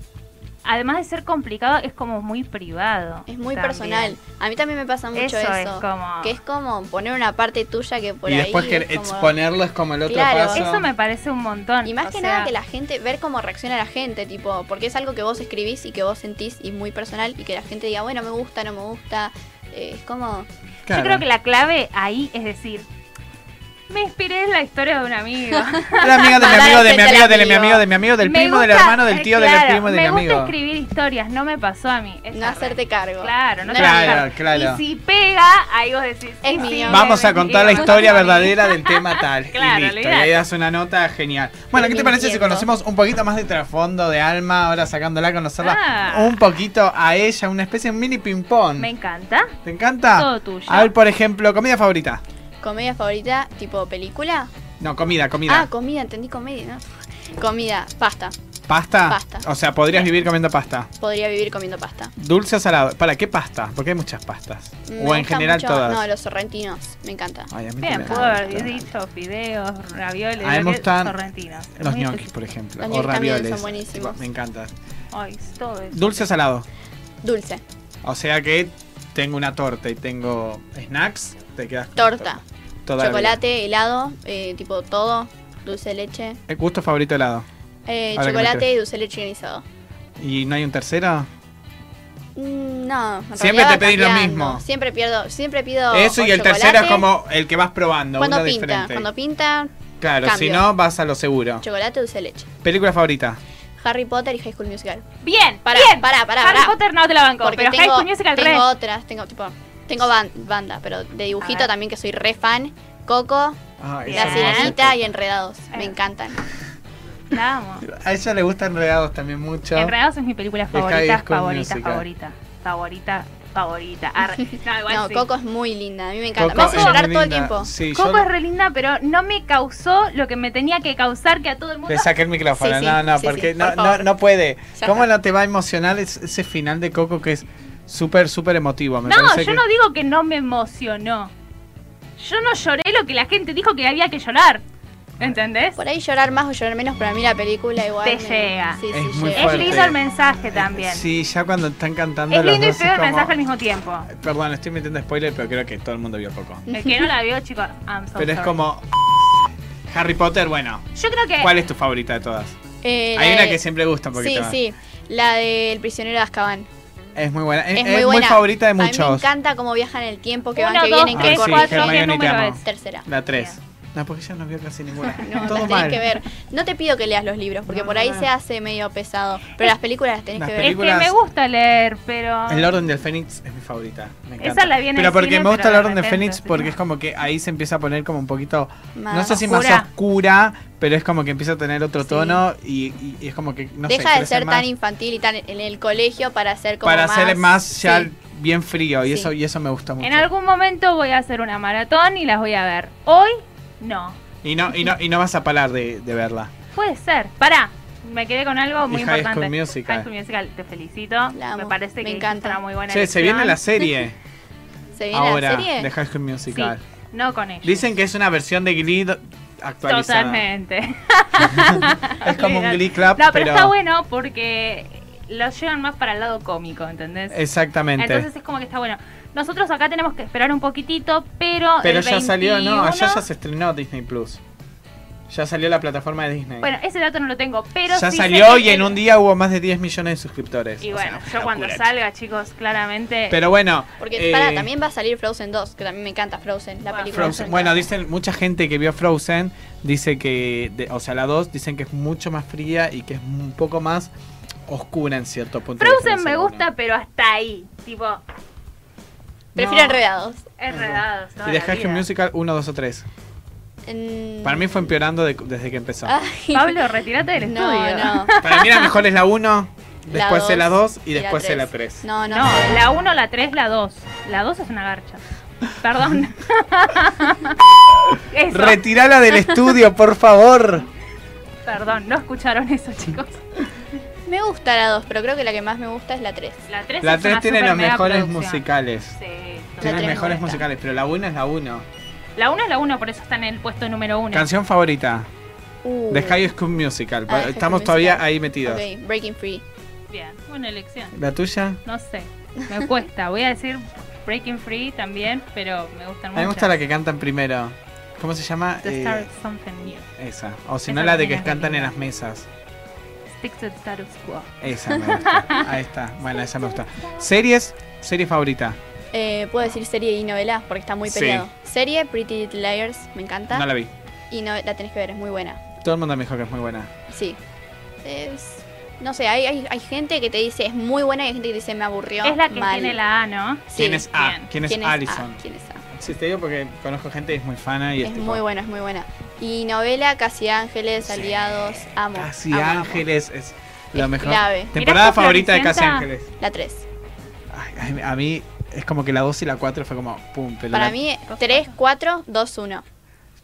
además de ser complicado, es como muy privado.
Es muy
también.
personal. A mí también me pasa mucho
Eso,
eso.
es como...
Que es como poner una parte tuya que por
y
ahí.
después que
es como-
exponerlo es como el otro
Claro.
paso.
Eso me parece un montón.
Y más
o
que
sea,
nada que la gente, ver cómo reacciona la gente, tipo, porque es algo que vos escribís y que vos sentís y muy personal y que la gente diga, bueno, me gusta, no me gusta. Eh, es como,
Claro.
Yo creo que la clave ahí es decir, me inspiré en la historia de un amigo.
Era amiga de mi
Mandar
amigo, de mi
este
amigo,
al
de mi
amigo.
amigo, de mi amigo, del
Me
primo, del
gusta-
hermano, del
eh,
tío,
claro,
del primo, de mi
me
amigo.
gusta escribir historias, no me pasó a mí. Esa
no hacerte
regla.
cargo.
Claro, no te
Claro,
vas a dejar.
claro.
Y si pega, ahí vos decís.
Es
sí,
mío.
me
Vamos a contar la
metí.
historia verdadera del tema tal.
Claro,
y listo. Y
olvidate.
ahí das una nota genial. Bueno, ¿qué te parece si
Entiendo.
conocemos un poquito más de trasfondo de Alma? Ahora sacándola, conocerla
Ah.
un poquito a ella, una especie de mini ping-pong.
Me encanta.
¿Te encanta?
Todo tuyo.
A ver, por ejemplo, comida favorita.
Comedia favorita, tipo película.
No, comida, comida.
Ah, comida, entendí comedia, ¿no? Comida, pasta.
¿Pasta?
pasta.
O sea, podrías vivir comiendo pasta.
Podría vivir comiendo pasta.
Dulce o salado. ¿Para qué pasta? Porque hay muchas pastas.
Me
o en
gustan
general
mucho-
todas.
No, los sorrentinos, me encanta.
Ay, a mí
Bien,
también.
puedo haber dicho fideos, ravioles,
A mí me
lo que-
gustan
sorrentinos. Es
Los
muy
ñoquis, por ejemplo.
Los
o
ñoquis también son
ravioles.
buenísimos.
Me encanta.
específico. Ay, todo eso.
Dulce o salado.
Dulce,
O sea que tengo una torta y tengo snacks, te quedas con
torta,
Toda la
chocolate, helado, eh, tipo todo, dulce de leche.
vida. El gusto favorito helado.
Eh,
Ahora que me
chocolate y dulce de leche ionizado.
¿Y no hay un tercero?
Mm, No, en
Siempre
realidad
te
va
pedís lo
cambiando.
mismo.
Siempre pierdo, siempre pido.
Eso
o
y el tercero es
chocolate.
como el que vas probando.
Cuando
uno
pinta,
diferente.
cuando pinta,
Claro,
cambio.
si no, vas a lo seguro.
chocolate, dulce de leche.
¿Película favorita?
Harry Potter y High School Musical.
Bien,
Pará,
bien.
pará, pará,
Harry
pará.
Potter no te la banco, pero High School Musical re.
tengo otras, tengo tipo, tengo ban- banda, pero de
A
dibujito
ver.
también que soy re fan. Coco,
Ah,
es
La
hermoso.
Sirenita y Enredados, me
Eh.
encantan.
La amo.
A ella le gustan enredados también mucho.
Enredados es mi película
High
favorita,
School
favorita,
Musical.
favorita, favorita, favorita. Arre. No, igual
No,
sí.
Coco es muy linda, a mí me encanta.
Coco
Me hace
es
llorar
muy
todo el
linda.
tiempo.
Sí, yo
Coco es re linda, pero no me causó lo que me tenía que causar que a todo el mundo.
Le saqué el micrófono.
Sí, sí,
no, no,
sí,
porque
sí,
no,
por
no,
favor.
no puede.
Ya
¿Cómo
está.
no te va a emocionar es- ese final de Coco que es súper, súper emotivo? Me
No,
parece
yo
que...
no digo que no me emocionó. Yo no lloré lo que la gente dijo que había que llorar. ¿Entendés?
Por ahí llorar más o llorar menos, pero a mí la película igual.
Te
me-
llega.
Sí,
Es
sí,
muy
llega.
Es
fuerte. Eh,
lindo el mensaje también.
Sí, ya cuando están cantando
es
los
lindo y
dos
feo el
como-
mensaje al mismo tiempo.
Perdón, estoy metiendo spoiler, pero creo que todo el mundo vio Coco.
El que no la vio, chicos, I'm so
Pero es
sorry.
como Harry Potter, bueno.
Yo creo que.
¿Cuál es tu favorita de todas?
Eh, la
Hay una
de-
que siempre gusta porque
Sí, sí, la del prisionero de Azkaban.
es muy buena. Es,
Es,
es
muy buena.
favorita de
A mí me
muchos.
encanta cómo viajan el tiempo, que
Uno,
van, que
dos,
vienen,
Ah,
que
tres,
sí,
cuatro, ¿qué
Hermione, te
número
amo.
es?
Tercera.
La 3. No, porque ella no vio casi ninguna.
No,
Todo
las
mal.
tenés que ver. No te pido que leas los libros, porque
No,
por
no,
ahí
no.
se hace medio pesado. Pero las películas las tenés
Las
que
Es
ver.
películas.
que me gusta leer, pero.
El Orden del Fénix es mi favorita. Me encanta.
Esa la vi en el
Pero porque
cine,
me gusta
pero
el
de
Orden del
repente,
Fénix
así
porque
que-
es como que ahí se empieza a poner como un poquito.
Más
no sé si
oscura.
más oscura, pero es como que empieza a tener otro
Sí.
tono y, y- y es como que no sé,
Deja de
crece
ser
más.
tan infantil y tan en el colegio para ser como
para
más...
hacer más ya
sí.
bien frío y
Sí.
eso y eso me gusta mucho.
En algún momento voy a hacer una maratón y las voy a ver. Hoy, no.
Y no y no y no vas a parar de, de verla.
Puede ser. Pará. Me quedé con algo muy
Y High School
importante.
Musical.
High School Musical, te felicito.
La amo.
Me parece
Me
que
encanta.
es una muy buena
Che, se viene la
elección.
serie
¿Se viene
ahora
la serie?
de High School Musical.
Sí, no con ellos.
Dicen que es una versión de Glee do- actualizada.
Totalmente.
Es como un Glee Club,
No, pero, está bueno porque lo llevan más para el lado cómico, ¿entendés?
Exactamente.
Entonces es como que está bueno. Nosotros acá tenemos que esperar un poquitito, pero.
pero
el
ya salió, no,
21
allá ya se estrenó Disney Plus. Ya salió la plataforma de Disney.
Bueno, ese dato no lo tengo, pero.
ya
sí sé
salió
que
y en
el-
un día hubo más de 10 millones de suscriptores.
Y
O sea,
bueno,
una
yo cuando
locura.
salga, chicos, claramente.
Pero bueno,
Porque
eh,
para, también va a salir Frozen 2, que también me encanta Frozen, la
Bueno,
película.
Frozen. Bueno, dicen mucha gente que vio Frozen, dice que, de- o sea, la 2, dicen que es mucho más fría y que es un poco más oscura en cierto punto. de
Frozen
diferencia
me
de la
gusta,
uno.
pero hasta ahí. Tipo,
Prefiero Enredados.
enredados. toda
Y de
la
High School
vida.
Musical 1, 2 o 3.
mm,
Para mí fue empeorando de- desde que empezó.
ay,
Pablo, retírate del
no,
estudio.
no.
Para mí la mejor es la 1,
La
después es la
dos
2 y después es la 3.
No, no.
No, la 1, la 3, la 2. La 2 es una garcha. Perdón. eso,
Retirala del estudio, por favor.
perdón, no escucharon eso, chicos.
Me gusta la 2, pero creo que la que más me gusta es la 3.
La 3
La 3 tiene los mejores musicales.
Sí,
Tiene
total.
los
tres
mejores
molesta.
musicales, pero la 1 es la 1.
la 1 es la 1, por eso está en el puesto número 1.
Canción favorita
Uh.
de High School Musical.
Ah, High School
Estamos
Musical.
todavía ahí metidos.
Ok, Breaking Free.
Bien, buena elección.
¿La tuya?
No sé, me cuesta. Voy a decir Breaking Free también, pero me gustan
A
mucho.
mí me gusta la que cantan primero. ¿Cómo se llama?
To
Eh,
start something new.
esa. O si no,
Esa
la de
también
que
es
cantan en
linda.
las mesas.
Stick to the status quo.
Esa me gusta. Ahí está. Bueno, esa me gusta. ¿Series? ¿Serie favorita?
Eh, Puedo decir serie y novela porque está muy
Sí.
peleado. Serie Pretty Little Liars, me encanta.
No la vi.
Y no, la tenés que ver, es muy buena.
Todo el mundo me dijo que es muy buena.
Sí. Es- no sé, hay, hay, hay gente que te dice es muy buena y hay gente que te dice me aburrió.
Es la que
mal.
tiene la A, ¿no?
Sí.
¿Quién es A?
bien.
¿Quién es
¿Quién es A?
Allison?
¿Quién es A?
Sí, te digo porque conozco gente y es muy fana y
Es
tipo,
muy buena, es muy buena. Y novela Casi Ángeles,
Sí.
Aliados, amo.
Casi
amo, amo.
Ángeles es lo
Es
mejor.
clave.
Temporada
Mirá,
favorita de Casi
Floricienta.
Ángeles.
La 3.
Ay, ay, a mí es como que la 2 y la 4 fue como pum, pero
Para
la-
mí, 3, 4, 2, 1.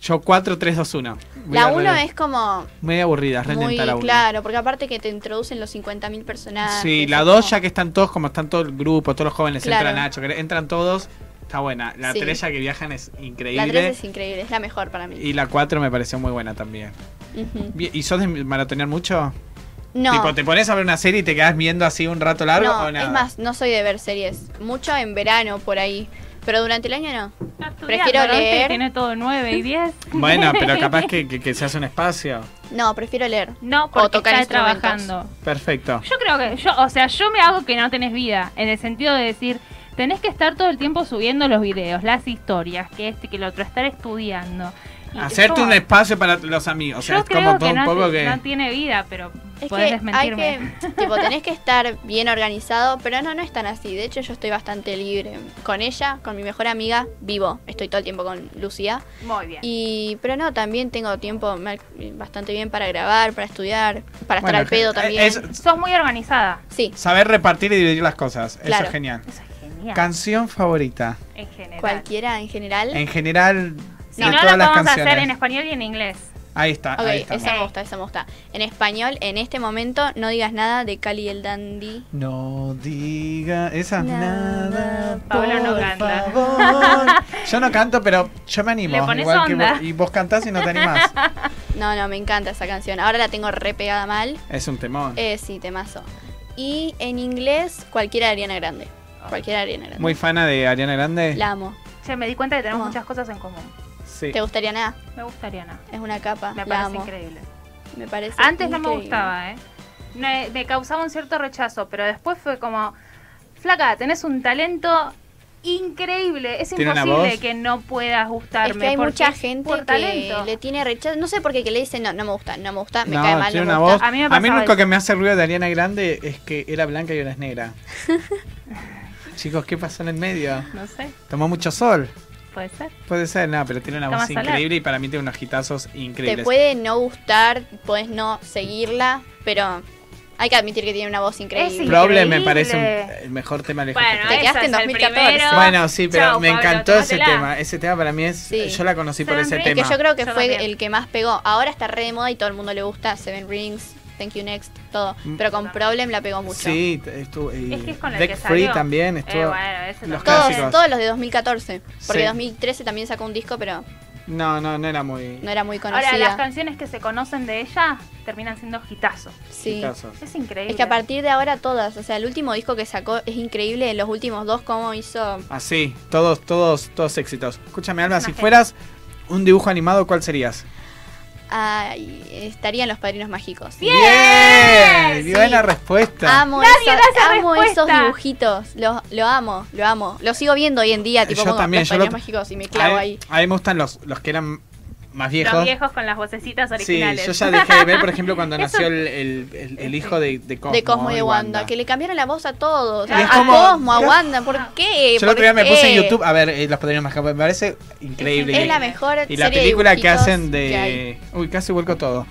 Yo 4, 3, 2, 1.
La 1 es como
Media aburrida,
muy
relenta la 1.
claro, porque aparte que te introducen los 50.000 personajes.
Sí, la
es
2
como-
ya que están todos, como están todo el grupo, todos los jóvenes,
Claro.
entra Nacho, que entran todos, está buena. La
Sí.
3 ya que viajan es
La
increíble.
3 es increíble, es la mejor para mí.
Y la 4 me pareció muy buena también.
Ujú.
Bien, ¿Y sos de maratonear mucho?
No,
Tipo, ¿te pones a ver una serie y te quedas viendo así un rato largo
no,
o nada?
es más, no soy de ver series. Mucho en verano, por ahí. Pero durante el año no.
Está estudiando,
Prefiero
¿no? Viste que
leer.
Tiene todo 9 y 10.
Bueno, pero capaz que, que- que se hace un espacio.
No, prefiero leer.
No, porque
tocar
está
instrumentos.
trabajando.
Perfecto.
Yo creo que, yo, o sea, yo me hago que no tenés vida, en el sentido de decir, tenés que estar todo el tiempo subiendo los videos, las historias, que este, que el otro, estar estudiando. Y
Hacerte
yo-
un espacio para los amigos. O sea,
yo
es
creo
como
que
un
no,
poco
ti-
que.
no tiene vida, pero podés
Es que hay
desmentirme.
que, tipo, tenés que estar bien organizado, pero no, no es tan así. De hecho, yo estoy bastante libre. Con ella, con mi mejor amiga, vivo. Estoy todo el tiempo con Lucía.
Muy bien.
Y, pero no, también tengo tiempo mal- bastante bien para grabar, para estudiar, para
Bueno,
estar al pedo
eh,
también.
es
Sos muy organizada.
Sí,
saber repartir y dividir las cosas. Eso
Claro.
es genial.
Eso es genial.
Canción favorita.
en general.
cualquiera en general.
En general,
Si
de
no,
todas
la
las
podemos
canciones.
hacer en español y en inglés.
Ahí está,
ok,
ah, ahí está.
esa me gusta, esa me gusta. En español, en este momento, no digas nada de Cali el Dandy.
No diga esa
Nada,
nada.
Pablo no
por
canta.
favor. Yo no canto, pero yo me animo.
Le pones
igual que
onda.
vos, y vos cantás y no te animás.
No, no, me encanta esa canción. Ahora la tengo re pegada mal.
Es un temón.
Eh, sí, temazo. Y en inglés, cualquiera de Ariana Grande. Cualquiera de Ariana Grande.
Muy fana de Ariana Grande.
La amo.
Che, me di cuenta que tenemos
No.
muchas cosas en común.
Sí.
¿Te gustaría nada?
Me gustaría, nada
Es una capa.
Me
la
parece
amo.
increíble.
Me parece
Antes no me
increíble.
gustaba, ¿eh? No, eh, me causaba un cierto rechazo, pero después fue como, flaca, tenés un talento increíble. Es
Tiene una
imposible
voz.
que no puedas gustarme.
Es que hay
porque
mucha
es
gente
por
que
talento.
le tiene rechazo. No sé por qué que le dicen, no, no me gusta, no me gusta, me
no,
cae mal,
tiene
no me
una
gusta. Ah,
voz.
A mí me
a mí
pasaba
lo
eso.
que me hace ruido de Ariana Grande es que era blanca y ahora es negra. Chicos, ¿qué pasó en el medio?
No sé,
Tomó mucho sol.
puede ser.
Puede ser, no, pero tiene una
Está
voz
más solar.
increíble y para mí tiene unos gitazos increíbles.
Te puede no gustar, puedes no seguirla, pero hay que admitir que tiene una voz increíble.
Es
Problem me
Increíble.
parece un- el mejor tema de
Bueno,
Te
eso
quedaste
es
en
el
2014.
primero.
Bueno, sí, pero
Chau,
me
Pablo,
encantó ese
tómatela.
tema. Ese tema para mí es.
Sí.
Yo la conocí por
Seven
ese
Rings.
Es
tema.
que yo creo que
Yo
fue
también.
el que más pegó. Ahora está re de moda y todo el mundo le gusta. Seven Rings, Thank You Next, todo.
Mm.
Pero con Problem la pegó mucho.
Sí, t- estuvo. y
Es que es con el
Deck
que
Free
salió.
también
Eh,
estuvo.
bueno, eso
los
también.
Todos,
clásicos.
todos los de 2014. Porque
Sí.
2013 también sacó un disco, pero
No, no, no era muy.
no era muy
Ahora, las
conocida.
canciones que se conocen de ella terminan siendo gitazos.
Sí.
gitazos.
Es increíble.
Es que a partir de ahora todas, o sea, el último disco que sacó es increíble, en los últimos dos cómo hizo...
Así, todos, todos, todos éxitos. Escúchame, Alma,
Una
si
genia.
fueras un dibujo animado, ¿cuál serías?
Ay, estarían los Padrinos Mágicos.
¡Eh!
¡Bien!
Sí.
Buena respuesta.
Amo,
Nadie
esos-
da esa
amo
respuesta.
esos dibujitos, los, lo amo, lo amo. Lo sigo viendo hoy en día, tipo
Eh, Yo
pongo
también,
los
yo
Padrinos
lo-
Mágicos y me
a,
clavo
mí,
ahí.
a mí me gustan los, los que eran más
Los
viejos.
viejos con las vocecitas
Sí,
originales. este.
yo ya dejé de ver, por ejemplo, cuando nació el, el- el- el
Sí.
hijo de, de Cosmo.
de Cosmo y de Wanda, que le cambiaron la voz a todos, a, a
como-
Cosmo, a Wanda, ¿por qué?
Yo el otro día me
¿Por
puse en
qué?
YouTube, a ver, eh, los podrían más me parece increíble.
Es la mejor
Y la
serie de
película que
dibujitos
hacen
que hay.
de. Uy, casi vuelco todo.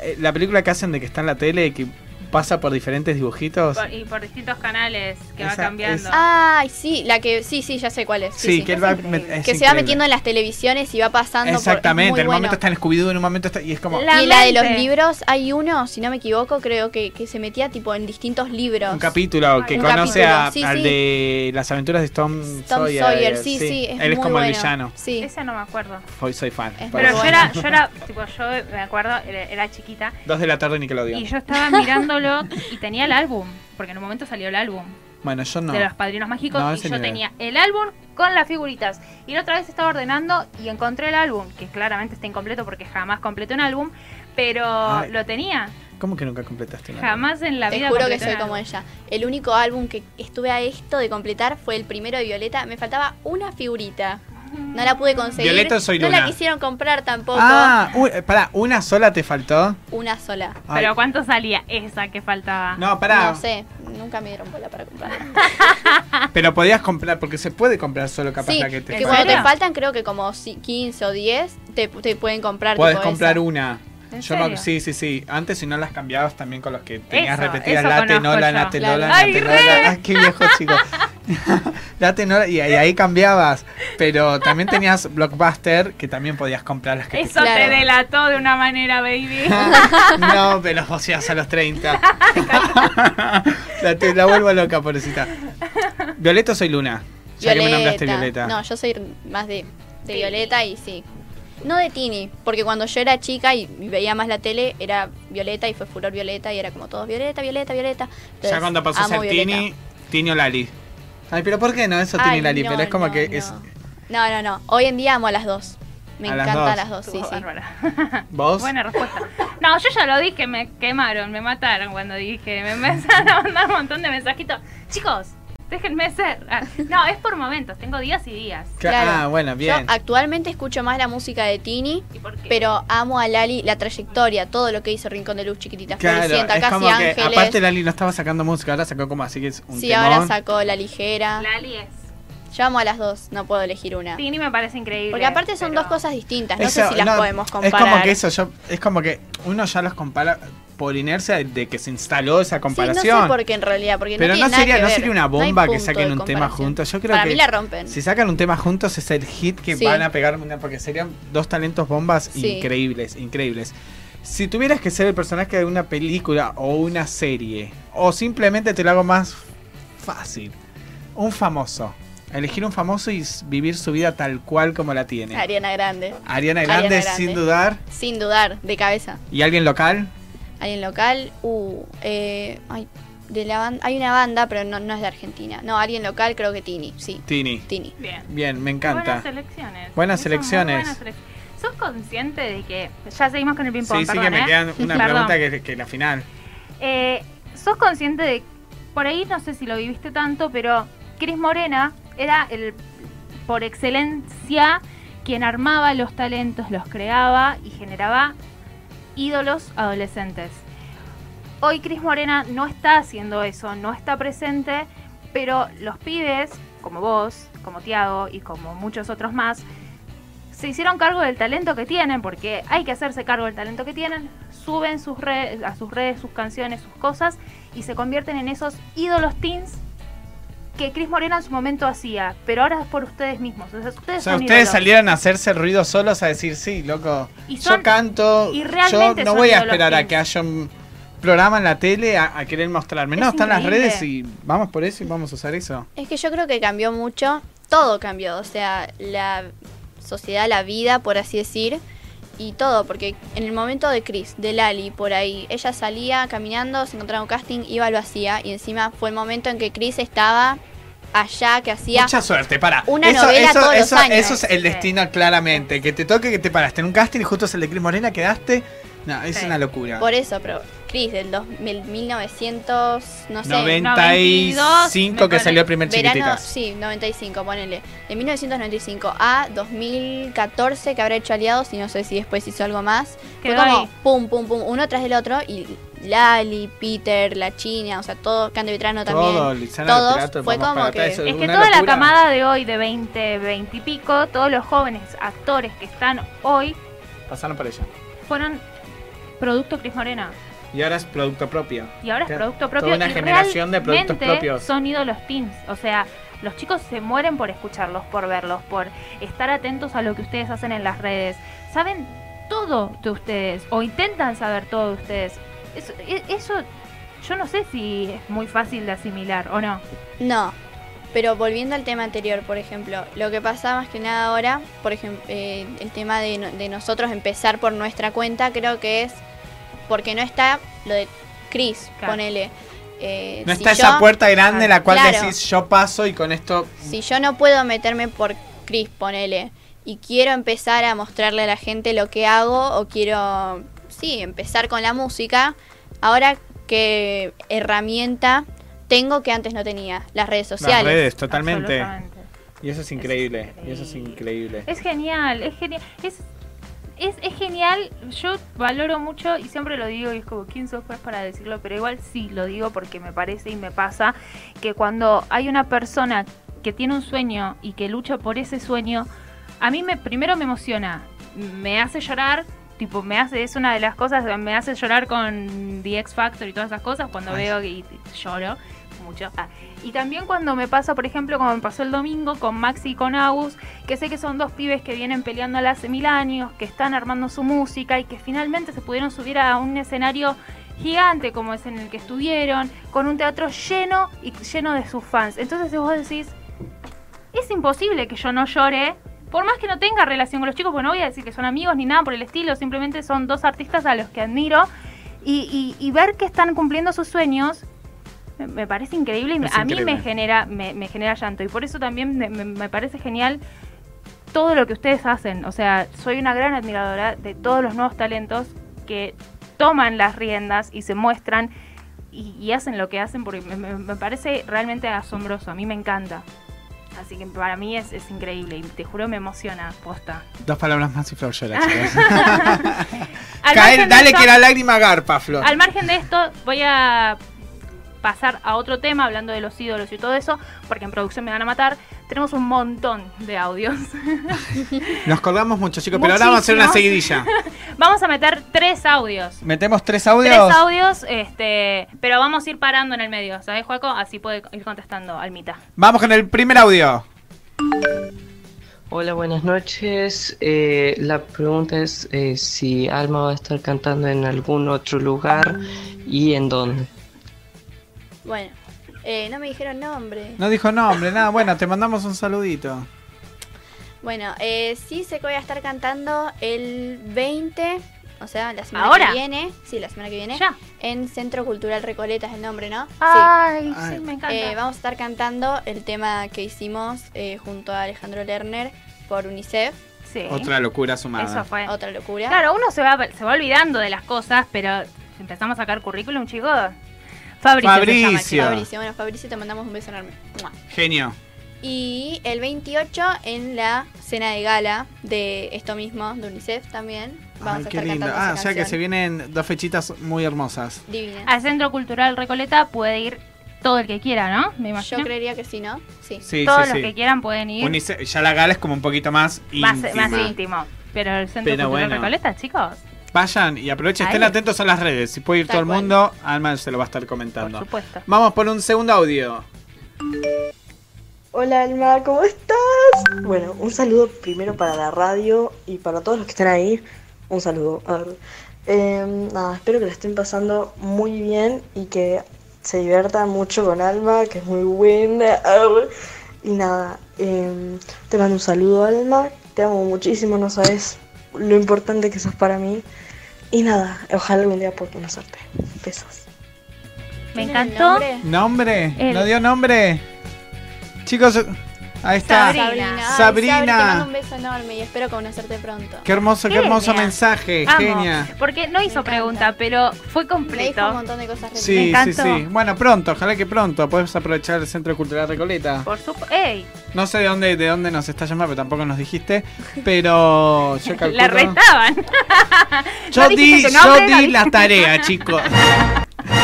Eh, la película que hacen de que está en la tele, que pasa por diferentes dibujitos.
Por- y por distintos canales que va
Esa-
Ah,
cambiando.
esa-
Ay, sí, la que sí, sí, ya sé cuál es.
Sí, que él va.
increíble.
met- es
que se va
increíble.
metiendo en las televisiones y va pasando
Exactamente,
por, es muy
en un momento
bueno.
está en Scooby-Doo, en un momento está. Y es como.
La-
y la de los
Mente.
libros, hay uno, si no me equivoco, creo que, que se metía tipo en distintos libros.
Un capítulo que
Un
conoce
capítulo,
a-
sí,
al
sí.
de las aventuras de Tom,
Tom Sawyer,
Sawyer.
sí, sí, es
Él es
muy
como el
bueno.
villano.
Sí.
Esa no me acuerdo.
Hoy soy fan.
Es
Pero
por
Pero
eso.
yo
bueno.
era, yo era, tipo, yo me acuerdo, era, era chiquita,
Dos de la tarde Nickelodeon.
y yo estaba mirándolo y tenía el álbum, porque en un momento salió el álbum
Bueno, yo no.
de los Padrinos Mágicos,
No,
y
ese
yo
ni idea.
tenía el álbum con las figuritas. Y la otra vez estaba ordenando y encontré el álbum, que claramente está incompleto porque jamás completé un álbum, pero
Ay.
lo tenía,
¿Cómo que nunca completaste nada?
jamás en la
Te
vida.
juro que
completé un
soy como
álbum.
ella. El único álbum que estuve a esto de completar fue el primero de Violeta. Me faltaba una figurita. No la pude conseguir.
Violeta soy
no
Luna.
la quisieron comprar tampoco.
Ah, uy, eh, pará, ¿una sola te faltó?
Una sola.
Ay,
Pero ¿cuánto salía esa que faltaba?
No, pará.
No sé, nunca me dieron bola para comprar.
Pero podías comprar, porque se puede comprar solo capaz
sí,
la que te
¿En
cuando
falta.
serio?
te faltan creo que como si- 15 o 10 te, te pueden comprar.
Puedes
tipo
comprar
esa.
una.
¿En
Yo me-
serio?
sí, sí, sí. Antes si no las cambiabas también con los que tenías
Eso,
repetidas.
eso
Late,
conozco
Nola,
yo.
Late,
Claro.
Nola,
Ay,
Late,
re.
Nola. Ay, qué viejo, chico. Late, Nola, y ahí, ahí cambiabas. Pero también tenías Blockbuster, que también podías comprar las que
Eso te
Claro.
delató de una manera, baby.
No, pero vos ibas a los 30. la, te- la vuelvo loca, pobrecita. Violeta o soy Luna. Ya que me nombraste Violeta.
No, yo soy más de, de
Tini.
Violeta y sí. No de Tini, porque cuando yo era chica y veía más la tele, era Violeta y fue furor Violeta y era como todos Violeta, Violeta, Violeta.
ya
Entonces,
cuando pasó a
amo
ser
Violeta.
Tini, Tini o Lali. Ay, pero ¿por qué no? Eso Tini
Ay,
y Lali,
no,
pero es como
no,
que
no.
es.
No, no, no. Hoy en día amo a las dos. Me
A las
encantan
dos.
las dos, sí,
Estuvo
sí.
bárbara.
¿Vos?
Buena respuesta. No, yo ya lo dije, me quemaron, me mataron cuando dije. Me empezaron a mandar un montón de mensajitos. Chicos, déjenme ser. Ah, no, es por momentos, tengo días y días.
Ca-
Claro.
Ah, bueno, bien.
Yo actualmente escucho más la música de Tini,
¿Y por qué?
pero amo a Lali, la trayectoria, todo lo que hizo Rincón de Luz, Chiquititas,
Claro,
Floricienta,
es
Casi
como que
Ángeles.
aparte Lali no estaba sacando música, ahora sacó como así que es un
sí,
temón.
ahora sacó La Ligera.
Lali es.
Yo amo a las dos, no puedo elegir una.
Tini me parece increíble.
Porque aparte son
pero-
dos cosas distintas, no
Eso,
sé si las
no,
podemos
Es
comparar.
como que eso, yo, es como que uno ya los compara por inercia de- de que se instaló esa comparación.
Sí, no sé por qué en realidad, porque
Pero
no,
no
tiene nada
sería,
que
no
ver.
sería una
hay
bomba que
punto
saquen
de
un tema
comparación.
juntos. Yo creo
Para
que
mí la rompen.
si sacan un tema juntos es el hit que
Sí.
van a pegar mundial, porque serían dos talentos bombas
Sí.
increíbles, increíbles. Si tuvieras que ser el personaje de una película o una serie, o simplemente te lo hago más fácil, un famoso. Elegir un famoso y s- vivir su vida tal cual como la tiene.
Ariana Grande,
Ariana
Ariana
Grande,
Grande.
sin dudar.
sin dudar, de cabeza.
¿Y alguien local?
Alguien local, uh, eh, ay, de la ban- hay una banda, pero no, no es de Argentina. No, alguien local creo que Tini, sí,
Tini.
Tini.
Bien.
Bien, me
Buenas
encanta.
selecciones.
Buenas
Son muy
selecciones.
buenas selecciones. ¿Sos consciente de que. Ya seguimos con el
Sí,
ping-pong.
sí que
perdón,
me
¿eh?
quedan una
Perdón.
pregunta que, que la final.
Eh, ¿Sos consciente de, por ahí no sé si lo viviste tanto, pero Cris Morena era el, por excelencia, quien armaba los talentos, los creaba y generaba ídolos adolescentes. Hoy Cris Morena no está haciendo eso, no está presente, pero los pibes, como vos, como Tiago y como muchos otros más, se hicieron cargo del talento que tienen, porque hay que hacerse cargo del talento que tienen, suben sus redes, a sus redes sus canciones, sus cosas, y se convierten en esos ídolos teens que Cris Morena en su momento hacía, pero ahora es por ustedes mismos. O sea, ustedes
O sea,
son
ustedes
ídolos.
salieron a hacerse ruido solos a decir, sí, loco,
Y
yo
son-
canto,
y
yo
realmente
no
son
voy a
ídolos
esperar a
teens".
que haya un programa en la tele a, a querer mostrarme. No,
Es
están las
increíble.
redes y vamos por eso y vamos a usar eso.
Es que yo creo que cambió mucho, todo cambió, o sea, la sociedad, la vida, por así decir, y todo, porque en el momento de Chris, de Lali, por ahí, ella salía caminando, se encontraba un casting, iba, lo hacía, y encima fue el momento en que Chris estaba allá, que hacía...
Mucha suerte, para.
Una novela todos los
eso,
años.
eso es el
Sí.
destino claramente, que te toque que te paraste en un casting y justo es el de Cris Morena, quedaste, No, es
Sí.
una locura.
Por eso, pero Chris, del 2000, 1900, no sé,
95 que
me
salió el primer
verano,
chiquititas.
sí, 95, ponele. De 1995 a 2014 que habrá hecho aliados y no sé si después hizo algo más. Fue
Quedó
como
eh,
ahí.
pum, pum, pum, uno tras el otro y Lali, Peter, la China, o sea, todo, Cande Vitrano también.
Todo, Lizana
Todos,
Lopilato,
fue
vamos
como
para
que-
atrás,
Es que
una
toda la
locura.
camada de hoy, de 20, 20 y pico, todos los jóvenes actores que están hoy
Pasaron para ella.
fueron producto Cris Morena.
Y ahora es producto propio.
Y ahora es
Claro,
producto
toda
propio.
una
y
generación de productos
realmente
propios.
Son ídolos teens. O sea, los chicos se mueren por escucharlos, por verlos, por estar atentos a lo que ustedes hacen en las redes. Saben todo de ustedes o intentan saber todo de ustedes. Eso, e- eso yo no sé si es muy fácil de asimilar o no.
No, pero volviendo al tema anterior, por ejemplo, lo que pasa más que nada ahora, por ejemplo, eh, el tema de, no- de nosotros empezar por nuestra cuenta, creo que es porque no está lo de Chris,
Claro.
ponele. Eh,
No
si
está
yo-
esa puerta grande en la cual
Claro.
decís yo paso y con esto
Si yo no puedo meterme por Chris, ponele, y quiero empezar a mostrarle a la gente lo que hago o quiero, sí, empezar con la música, ahora qué herramienta tengo que antes no tenía, las redes sociales.
las redes totalmente.
Absolutamente.
Y eso es increíble, y eso es increíble.
Es genial, es genial. Es, es, es genial, yo valoro mucho y siempre lo digo, y es como, ¿quién sos pues para decirlo? Pero igual sí lo digo porque me parece y me pasa que cuando hay una persona que tiene un sueño y que lucha por ese sueño, a mí me, primero me emociona, me hace llorar. Tipo, me hace, es una de las cosas, me hace llorar con The X Factor y todas esas cosas cuando
Ay.
veo y, y lloro mucho. Ah, Y también cuando me pasa, por ejemplo, como me pasó el domingo con Maxi y con Agus, que sé que son dos pibes que vienen peleándola hace mil años, que están armando su música y que finalmente se pudieron subir a un escenario gigante como es en el que estuvieron, con un teatro lleno y lleno de sus fans. Entonces vos decís, es imposible que yo no llore, por más que no tenga relación con los chicos, pues no voy a decir que son amigos ni nada por el estilo, simplemente son dos artistas a los que admiro y, y- y ver que están cumpliendo sus sueños. me- Me parece increíble y me-
Es
a mí me
increíble.
genera, me, me genera llanto. Y por eso también me- me- me parece genial todo lo que ustedes hacen. O sea, soy una gran admiradora de todos los nuevos talentos que toman las riendas y se muestran y, y hacen lo que hacen porque me, me- me parece realmente asombroso. A mí me encanta. Así que para mí es, es increíble y te juro me emociona, posta.
Dos palabras más y Flor llora, chicos.
Al
Caer-
margen de
Ah. dale
esto-
que la lágrima garpa, Flor.
Al margen de esto, voy a pasar a otro tema hablando de los ídolos y todo eso, porque en producción me van a matar. Tenemos un montón de audios.
Nos colgamos mucho, chicos, pero ahora vamos a hacer una seguidilla.
Vamos a meter tres audios.
Metemos tres audios.
Tres audios, este, pero vamos a ir parando en el medio, ¿sabes, Juaco? Así puede ir contestando Almita.
Vamos con el primer audio.
Hola, buenas noches. Eh, la pregunta es eh, si Alma va a estar cantando en algún otro lugar y en dónde.
Bueno, eh, no me dijeron nombre.
No dijo nombre, nada, bueno, te mandamos un saludito.
Bueno, eh, sí sé que voy a estar cantando el 20, o sea, la semana
¿Ahora?
que viene. Sí, la semana que viene.
Ya. Ah,
En Centro Cultural Recoleta es el nombre, ¿no?
Ay,
Ay.
sí, me
sí.
encanta.
Eh, vamos a estar cantando el tema que hicimos eh, junto a Alejandro Lerner por UNICEF,
Sí.
Otra locura
Eso
sumada.
fue.
otra locura.
Ah. Claro, uno se va, se va olvidando de las cosas, pero si empezamos a sacar currículum, chicos. Fabricio. se llama,
Fabricio.
chicos.
Fabricio, bueno, Fabricio, te mandamos un beso enorme. ¡Mua!
Genio.
Y el 28 en la cena de gala de esto mismo, de UNICEF también. Vamos
Ay,
a
qué
estar
lindo.
cantando esa
Ah, o sea que
canción.
se vienen dos fechitas muy hermosas.
Divina.
Al Centro Cultural Recoleta puede ir todo el que quiera, ¿no? Me imagino.
Yo creería que sí, ¿no? Sí.
Sí,
Todos
sí,
los
sí.
que quieran pueden ir.
Unice- ya la gala es como un poquito más íntima.
más, más íntimo. Pero el Centro
Pero
Cultural
bueno.
Recoleta, chicos,
Vayan y aprovechen, estén
Ahí.
atentos a las redes. Si puede ir
Tal
todo el
cual.
mundo, Alma se lo va a estar
por
comentando.
supuesto.
Vamos por un segundo audio.
Hola Alma, ¿cómo estás? Bueno, un saludo primero para la radio y para todos los que están ahí. Un saludo. A ver. Eh, nada, espero que la estén pasando muy bien y que se diviertan mucho con Alma, que es muy buena. A ver. Y nada, eh, te mando un saludo Alma, te amo muchísimo, no sabes lo importante que sos para mí. Y nada, ojalá algún día pueda conocerte. Besos.
Me
¿Tienen el
encantó.
nombre?
¿Nombre?
El-
¿No dio nombre? Chicos, Ahí está.
Sabrina.
Ay,
Sabrina.
Te mando un beso enorme y espero conocerte pronto.
Qué hermoso, qué hermoso
Genia.
mensaje,
Amo.
genia.
Porque no hizo
encanta.
pregunta, pero fue
Me dijo un
completo.
montón de cosas re
Sí, sí,
encantó.
sí. Bueno, pronto, ojalá que pronto. Podés aprovechar el Centro Cultural Recoleta.
Por supuesto. ¡Ey!
No sé de dónde, de dónde nos está llamando, pero tampoco nos dijiste. Pero yo calculo.
La retaban.
Yo
No
di,
dijiste tu
yo
nombre, no
di
dijiste-
la tarea, chicos.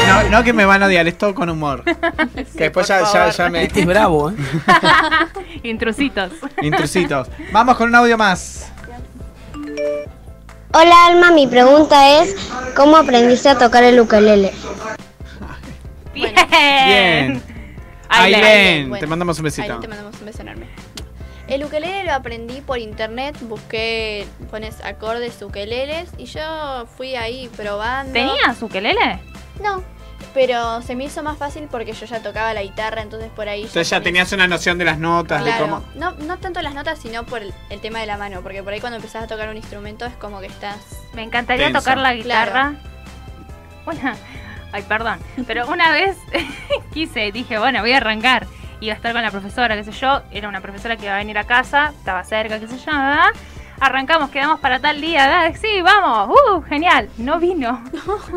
No, no que me van a odiar, es todo con humor. que después
por
ya, ya,
favor.
ya me.
Este es bravo, ¿eh?
Intrusitos.
Intrusitos. Vamos con un audio más.
Hola Alma, mi pregunta es, ¿cómo aprendiste a tocar el ukelele?
Bien.
Bien.
Ailén.
Ailén,
bueno.
te mandamos un
Ahí
besito.
te mandamos un beso enorme. El ukelele lo aprendí por internet, busqué, pones acordes ukeleles y yo fui ahí probando.
¿Tenías ukelele?
No, pero se me hizo más fácil porque yo ya tocaba la guitarra, entonces por ahí...
Entonces ya
ponía-
tenías una noción de las notas, de
Claro,
cómo.
no, no tanto las notas, sino por el, el tema de la mano, porque por ahí cuando empezás a tocar un instrumento es como que estás...
Me encantaría
Tenso.
tocar la guitarra. Una- Ay, perdón. Pero una vez quise, dije, bueno, voy a arrancar. Iba a estar con la profesora, qué sé yo. Era una profesora que iba a venir a casa, estaba cerca, qué sé yo. ¿verdad? Arrancamos, quedamos para tal día. ¿verdad? Sí, vamos. ¡Uh, genial! No vino.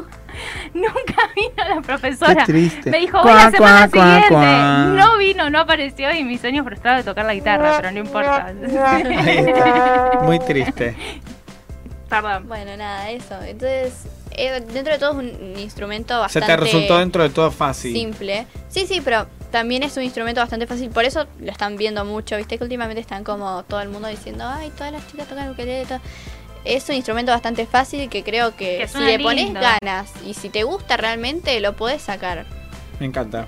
Nunca vino la profesora.
triste.
Me dijo, voy a hacer la siguiente. No vino, no apareció y mi sueño frustrado de tocar la guitarra, pero no importa.
Muy triste.
Perdón.
Bueno, nada, eso. Entonces, eh, dentro de todo es un instrumento
Se
bastante...
te resultó dentro de todo fácil.
simple. Sí, sí, pero también es un instrumento bastante fácil. Por eso lo están viendo mucho. Viste que últimamente están como todo el mundo diciendo, ay, todas las chicas tocan ukelele. todo". Es un instrumento bastante fácil que creo que,
Que
si
suena
le pones
lindo.
ganas y si te gusta realmente, lo podés sacar.
Me encanta.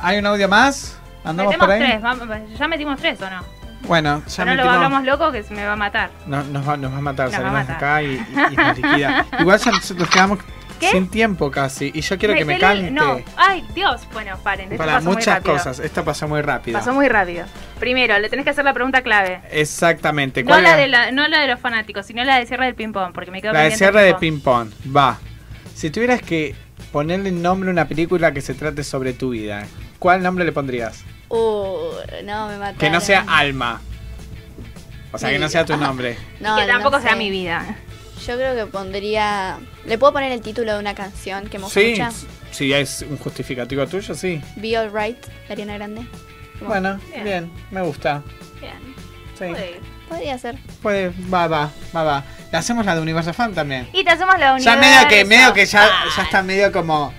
¿Hay un audio más? ¿Andamos
Metemos
por ahí?
tres, vamos- ya metimos tres o no.
Bueno, ya
Pero no lo
metimos-
hablamos loco que se me va a matar.
No, nos, va, nos va a matar,
Nos va a
salimos de
matar.
acá y, y- y nos liquida. Igual ya nos nos quedamos
¿Qué?
sin tiempo casi. Y yo quiero que me
Metele-
cante
No, ay Dios, bueno, paren. esto
para
pasó muy
muchas
rápido.
cosas. Esta pasó muy rápido.
Pasó muy rápido. Primero, le tenés que hacer la pregunta clave.
Exactamente.
No
¿Cuál
la,
era?
de la, no la de los fanáticos, sino la de cierre del ping-pong, porque me quedo
La de
pendiente
cierre de
el
ping-pong. Va. Si tuvieras que ponerle nombre a una película que se trate sobre tu vida, ¿cuál nombre le pondrías?
Uh, no, me mataron.
Que no sea Alma. O sea, que no sea tu nombre.
No,
Y que
no
tampoco sea
sé.
mi vida.
Yo creo que pondría. ¿Le puedo poner el título de una canción que me gusta
Sí,
mucho?
si es un justificativo tuyo, sí.
Be Alright, de Ariana Grande. Como-
Bueno,
Bien.
bien, me gusta.
Bien.
Sí.
Uy.
Podría ser.
Puede, Pues va, va, va, va. Le hacemos la de Universo Fan también.
Y te hacemos la unidad.
Ya medio que, medio que ya, ya está medio como.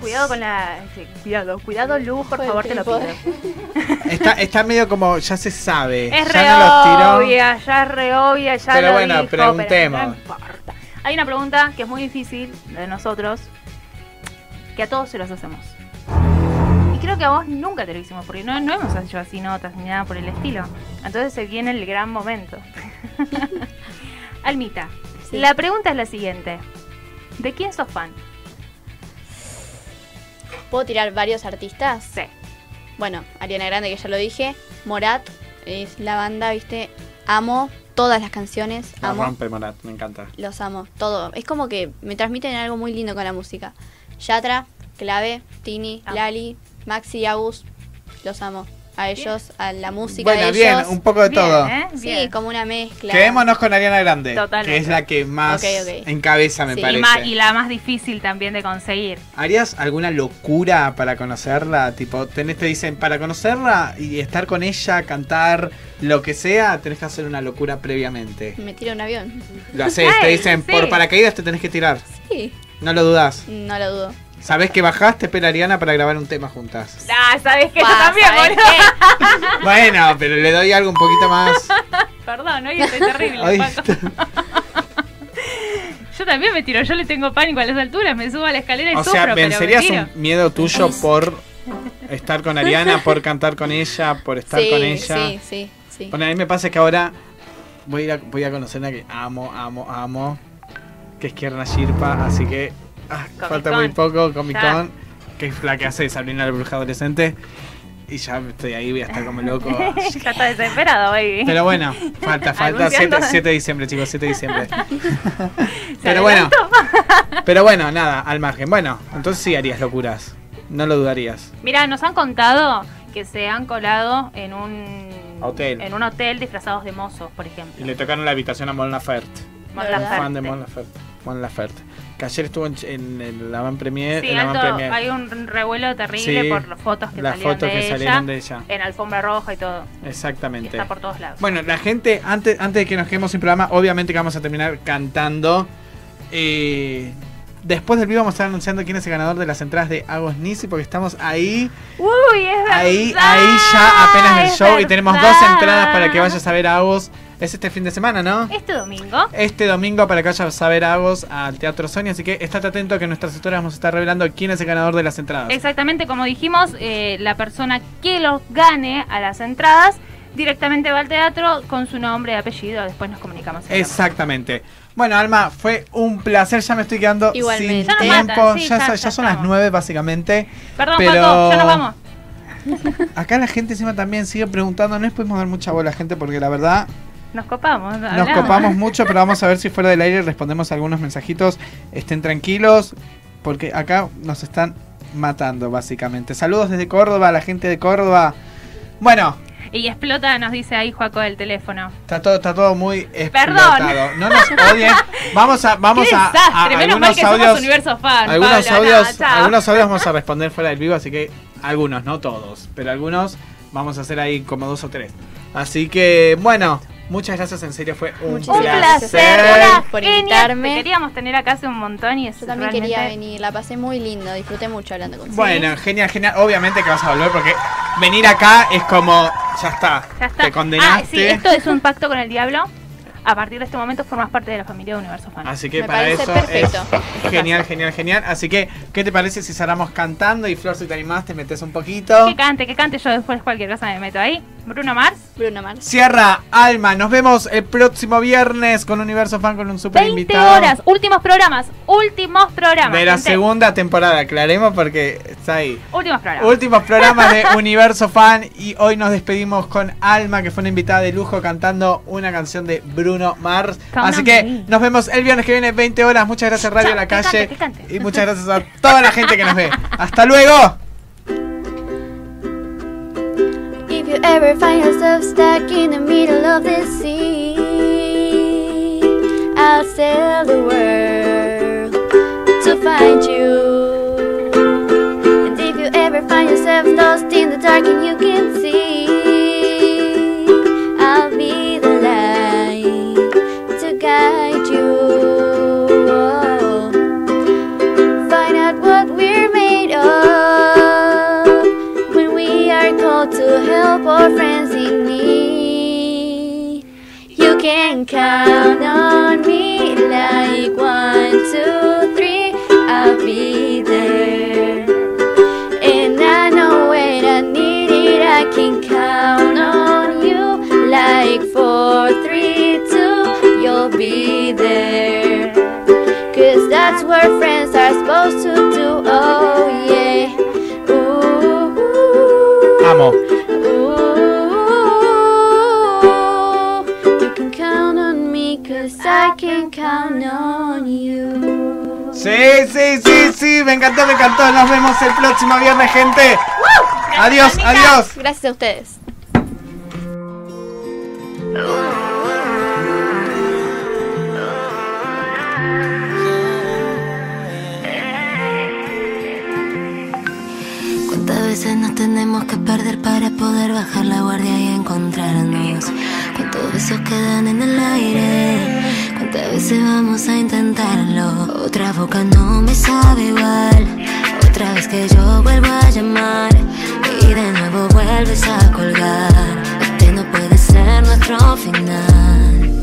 Cuidado con la. sí, Cuidado, cuidado, Lu, por
Fue el
favor, te lo pido.
ping-pong.
Está, está medio como, ya se sabe.
Es re
ya no los tiró.
obvia, ya es re obvia, ya
Pero
lo
bueno,
dijo,
preguntemos.
pero no importa. Hay una pregunta que es muy difícil de nosotros, que a todos se los hacemos. Y creo que a vos nunca te lo hicimos, porque no, no hemos hecho así notas ni nada por el estilo. Entonces se viene el gran momento. Almita,
Sí.
la pregunta es la siguiente. ¿De quién sos fan?
¿Puedo tirar varios artistas?
Sí.
Bueno, Ariana Grande, que ya lo dije. Morat es la banda, ¿viste? Amo todas las canciones.
La
Amo.
rompe Morat, me encanta.
Los amo. Todo. Es como que me transmiten algo muy lindo con la música. Yatra, Clave, Tini,
Ah.
Lali, Maxi y Agus. Los amo. A ellos, a la música
Bueno,
de
bien,
ellos.
un poco de
Bien,
todo.
¿eh?
Sí,
Bien.
como una mezcla.
Quedémonos con Ariana Grande,
Totalmente.
que es la que más
Ok, ok.
encabeza, me
Sí. Y
Y,
parece.
más- y la más difícil también de conseguir.
¿Harías alguna locura para conocerla? Tipo, tenés, te dicen, para conocerla y estar con ella, cantar, lo que sea, tenés que hacer una locura previamente.
Me tiro un avión.
Lo haces, te
Ey,
dicen,
sí.
por paracaídas te tenés que tirar.
Sí,
No lo dudás.
no lo dudo.
Sabés que bajaste, espera Ariana para grabar un tema juntas.
Ah, sabes que yo
Pa,
también,
¿sabes
boludo.
qué?
Bueno, pero le doy algo un poquito más.
Perdón, hoy estoy terrible,
Ahí
Paco.
está.
Yo también me tiro, yo le tengo pánico a las alturas, me subo a la escalera y
O
sufro,
sea,
pero me
¿vencerías
tiro.
un miedo tuyo por estar con Ariana, por cantar con ella, por estar
sí,
con ella?
Sí, sí, sí.
Bueno, a mí me pasa que ahora voy a, ir a- voy a conocer a una que amo, amo, amo, que es Kierna Shirpa, así que ah,
Comic
falta
Con.
muy poco, Comic
Ya.
Con, que es la que hace de Sabrina la Bruja Adolescente, y ya estoy ahí, voy a estar como loco.
ya está desesperado, baby.
Pero bueno, falta, falta,
Anunciando.
7, de diciembre, chicos, 7 de diciembre.
¿Se
Pero bueno,
adelantó?
pero bueno, nada, al margen. Bueno, entonces sí harías locuras, no lo dudarías.
Mira, nos han contado que que se han colado en un
Hotel.
en un hotel disfrazados de mozos, por ejemplo.
Y le tocaron la habitación a Mon Laferte.
Mon
La verdad.
Laferte.
Fan de Mon Laferte. Mon Laferte. Que ayer estuvo en, en el avant premier.
Sí,
en
alto,
avant-premier.
hay un revuelo terrible
Sí,
por las fotos que,
Las
salieron,
fotos
de
que
ella,
salieron de ella.
en alfombra roja y todo. Y
Exactamente.
está por todos lados.
Bueno, la gente, antes, antes de que nos quedemos sin programa, obviamente que vamos a terminar cantando. Eh, después del vivo vamos a estar anunciando quién es el ganador de las entradas de Agos Nisi, porque estamos ahí,
Uy, es verdad.
ahí, ahí ya apenas el
es
show y tenemos dos
verdad.
entradas para que vayas a ver a Agos. Es este fin de semana, ¿no?
Este domingo.
Este domingo para que vayas a ver a Agos al Teatro Sony, así que estate atento que en nuestras historias vamos a estar revelando quién es el ganador de las entradas.
Exactamente, como dijimos, eh, la persona que los gane a las entradas directamente va al teatro con su nombre y apellido. Después nos comunicamos. el nombre.
Exactamente. Bueno, Alma, fue un placer. Ya me estoy quedando
Igualmente.
sin
Ya nos
tiempo.
matan, sí,
ya,
ya-
so- ya
ya
son las
estamos.
nueve, básicamente.
Perdón,
Pero-
Paco, ya nos vamos.
Acá la gente encima también sigue preguntando. No les podemos dar mucha bola a la gente porque la verdad
Nos copamos.
nos
hablamos.
copamos mucho. Pero vamos a ver si fuera del aire respondemos algunos mensajitos. Estén tranquilos porque acá nos están matando, básicamente. Saludos desde Córdoba, a la gente de Córdoba. Bueno,
Y explota, nos dice ahí Juaco del teléfono.
Está todo, está todo muy explotado. No nos odien. Vamos a, vamos
¡Qué
a, a
desastre! Menos mal
algunos
que somos
audios.
universo fan.
algunos
Pablo, nada,
audios,
chao.
algunos audios vamos a responder fuera del vivo, así que algunos, no todos, pero algunos vamos a hacer ahí como dos o tres. Así que bueno, muchas gracias en serio, fue un
Muchísimas
Un
Gracias
placer,
Hola.
una
por
genia.
invitarme.
Te queríamos tener acá hace un montón y es
Yo también
realmente-
quería venir, la pasé muy lindo, disfruté mucho hablando con
Bueno, genial, genial. Obviamente que vas a volver porque venir acá es como ya está,
Ya está.
te
Ah, sí,
condenaste.
esto es un pacto con el diablo. A partir de este momento formas parte de la familia de Universo Fan.
Así que
Me
para
parece
eso
perfecto.
es genial, genial, genial. Así que, ¿qué te parece si cerramos cantando y Flor, si te animás, te metes un poquito?
Que cante, que cante, yo después cualquier cosa me meto ahí. Bruno Mars,
Bruno Mars.
Cierra, Alma, nos vemos el próximo viernes con Universo Fan con un super
20
invitado.
horas, últimos programas, últimos programas.
De la
gente.
segunda temporada, aclaremos porque está ahí.
Últimos programas.
Últimos programas de Universo Fan y hoy nos despedimos con Alma, que fue una invitada de lujo cantando una canción de Bruno Mars.
Come
Así
on,
que
baby.
nos vemos el viernes que viene, 20 horas. Muchas gracias Radio
Chao, que
La
cante,
Calle
que cante.
y muchas gracias a toda la gente que nos ve. Hasta luego.
If you ever find yourself stuck in the middle of the sea, I'll sail the world to find you. And if you ever find yourself lost in the dark and you can see, I'll be the light to guide you. Find out what we're made of when we are called to help our friends in need. You can count on me like one, two, three, I'll be there. And I know when I need it, I can count on you like four, three, two, you'll be there. Cause that's what friends are supposed to do, oh yeah. Ooh,
Amo.
Ooh, Oh, you can count on me, cause I can count on you.
Sí, sí, sí, sí, me encantó, me encantó. Nos vemos el próximo viernes, gente. Adiós, adiós.
Gracias a ustedes.
¿Cuántas veces nos tenemos que perder para poder bajar la guardia y encontrarnos? ¿Cuántos besos quedan en el aire? ¿Cuántas veces vamos a intentarlo? Otra boca no me sabe igual. Otra vez que yo vuelvo a llamar y de nuevo vuelves a colgar. Este no puede ser nuestro final.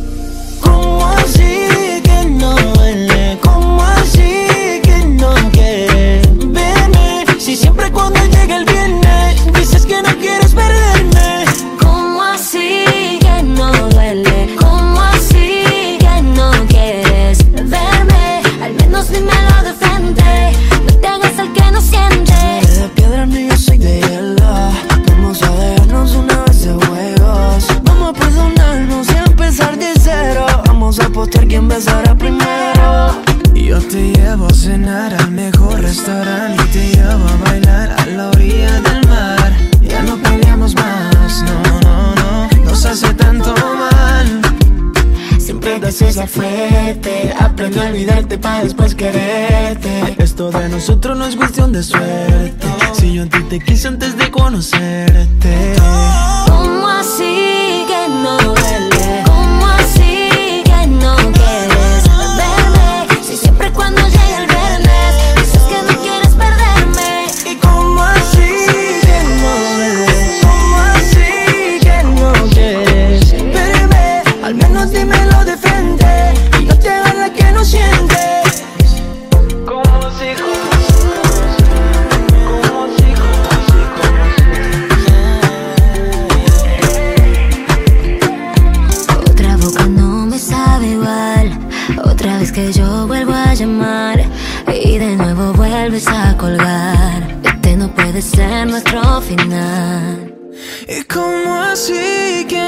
¿Cómo así que no duele? ¿Cómo así que no quieres verme? Si siempre cuando llega el viernes dices que no quieres perderme.
¿Cómo así que no duele? ¿Cómo así que no quieres verme? Al menos dímelo de frente. No te hagas el que no sientes.
Eres de piedra, ni yo soy de hielo. Vamos a dejarnos una vez de juegos. Vamos a perdonarnos y a empezar de cero. Vamos a postear quién besará primero. Yo te llevo a cenar al mejor restaurante y te llevo a bailar a la orilla del mar. Ya no pienso gracias a frente Aprendí a olvidarte para después quererte Esto de nosotros no es cuestión de suerte Si yo a ti te quise antes de conocerte
¿Cómo así que no duele? ¿Cómo así que no quieres verme? Si siempre cuando llega el viernes dices que no quieres perderme.
¿Y cómo así que no duele? ¿Cómo así que no quieres verme? Al menos dímelo de frente Y no te hagas la que no sientes
Como si como si
Otra boca no me sabe igual. Otra vez que yo vuelvo a llamar y de nuevo vuelves a colgar. Este no puede ser nuestro final.
¿Y cómo así que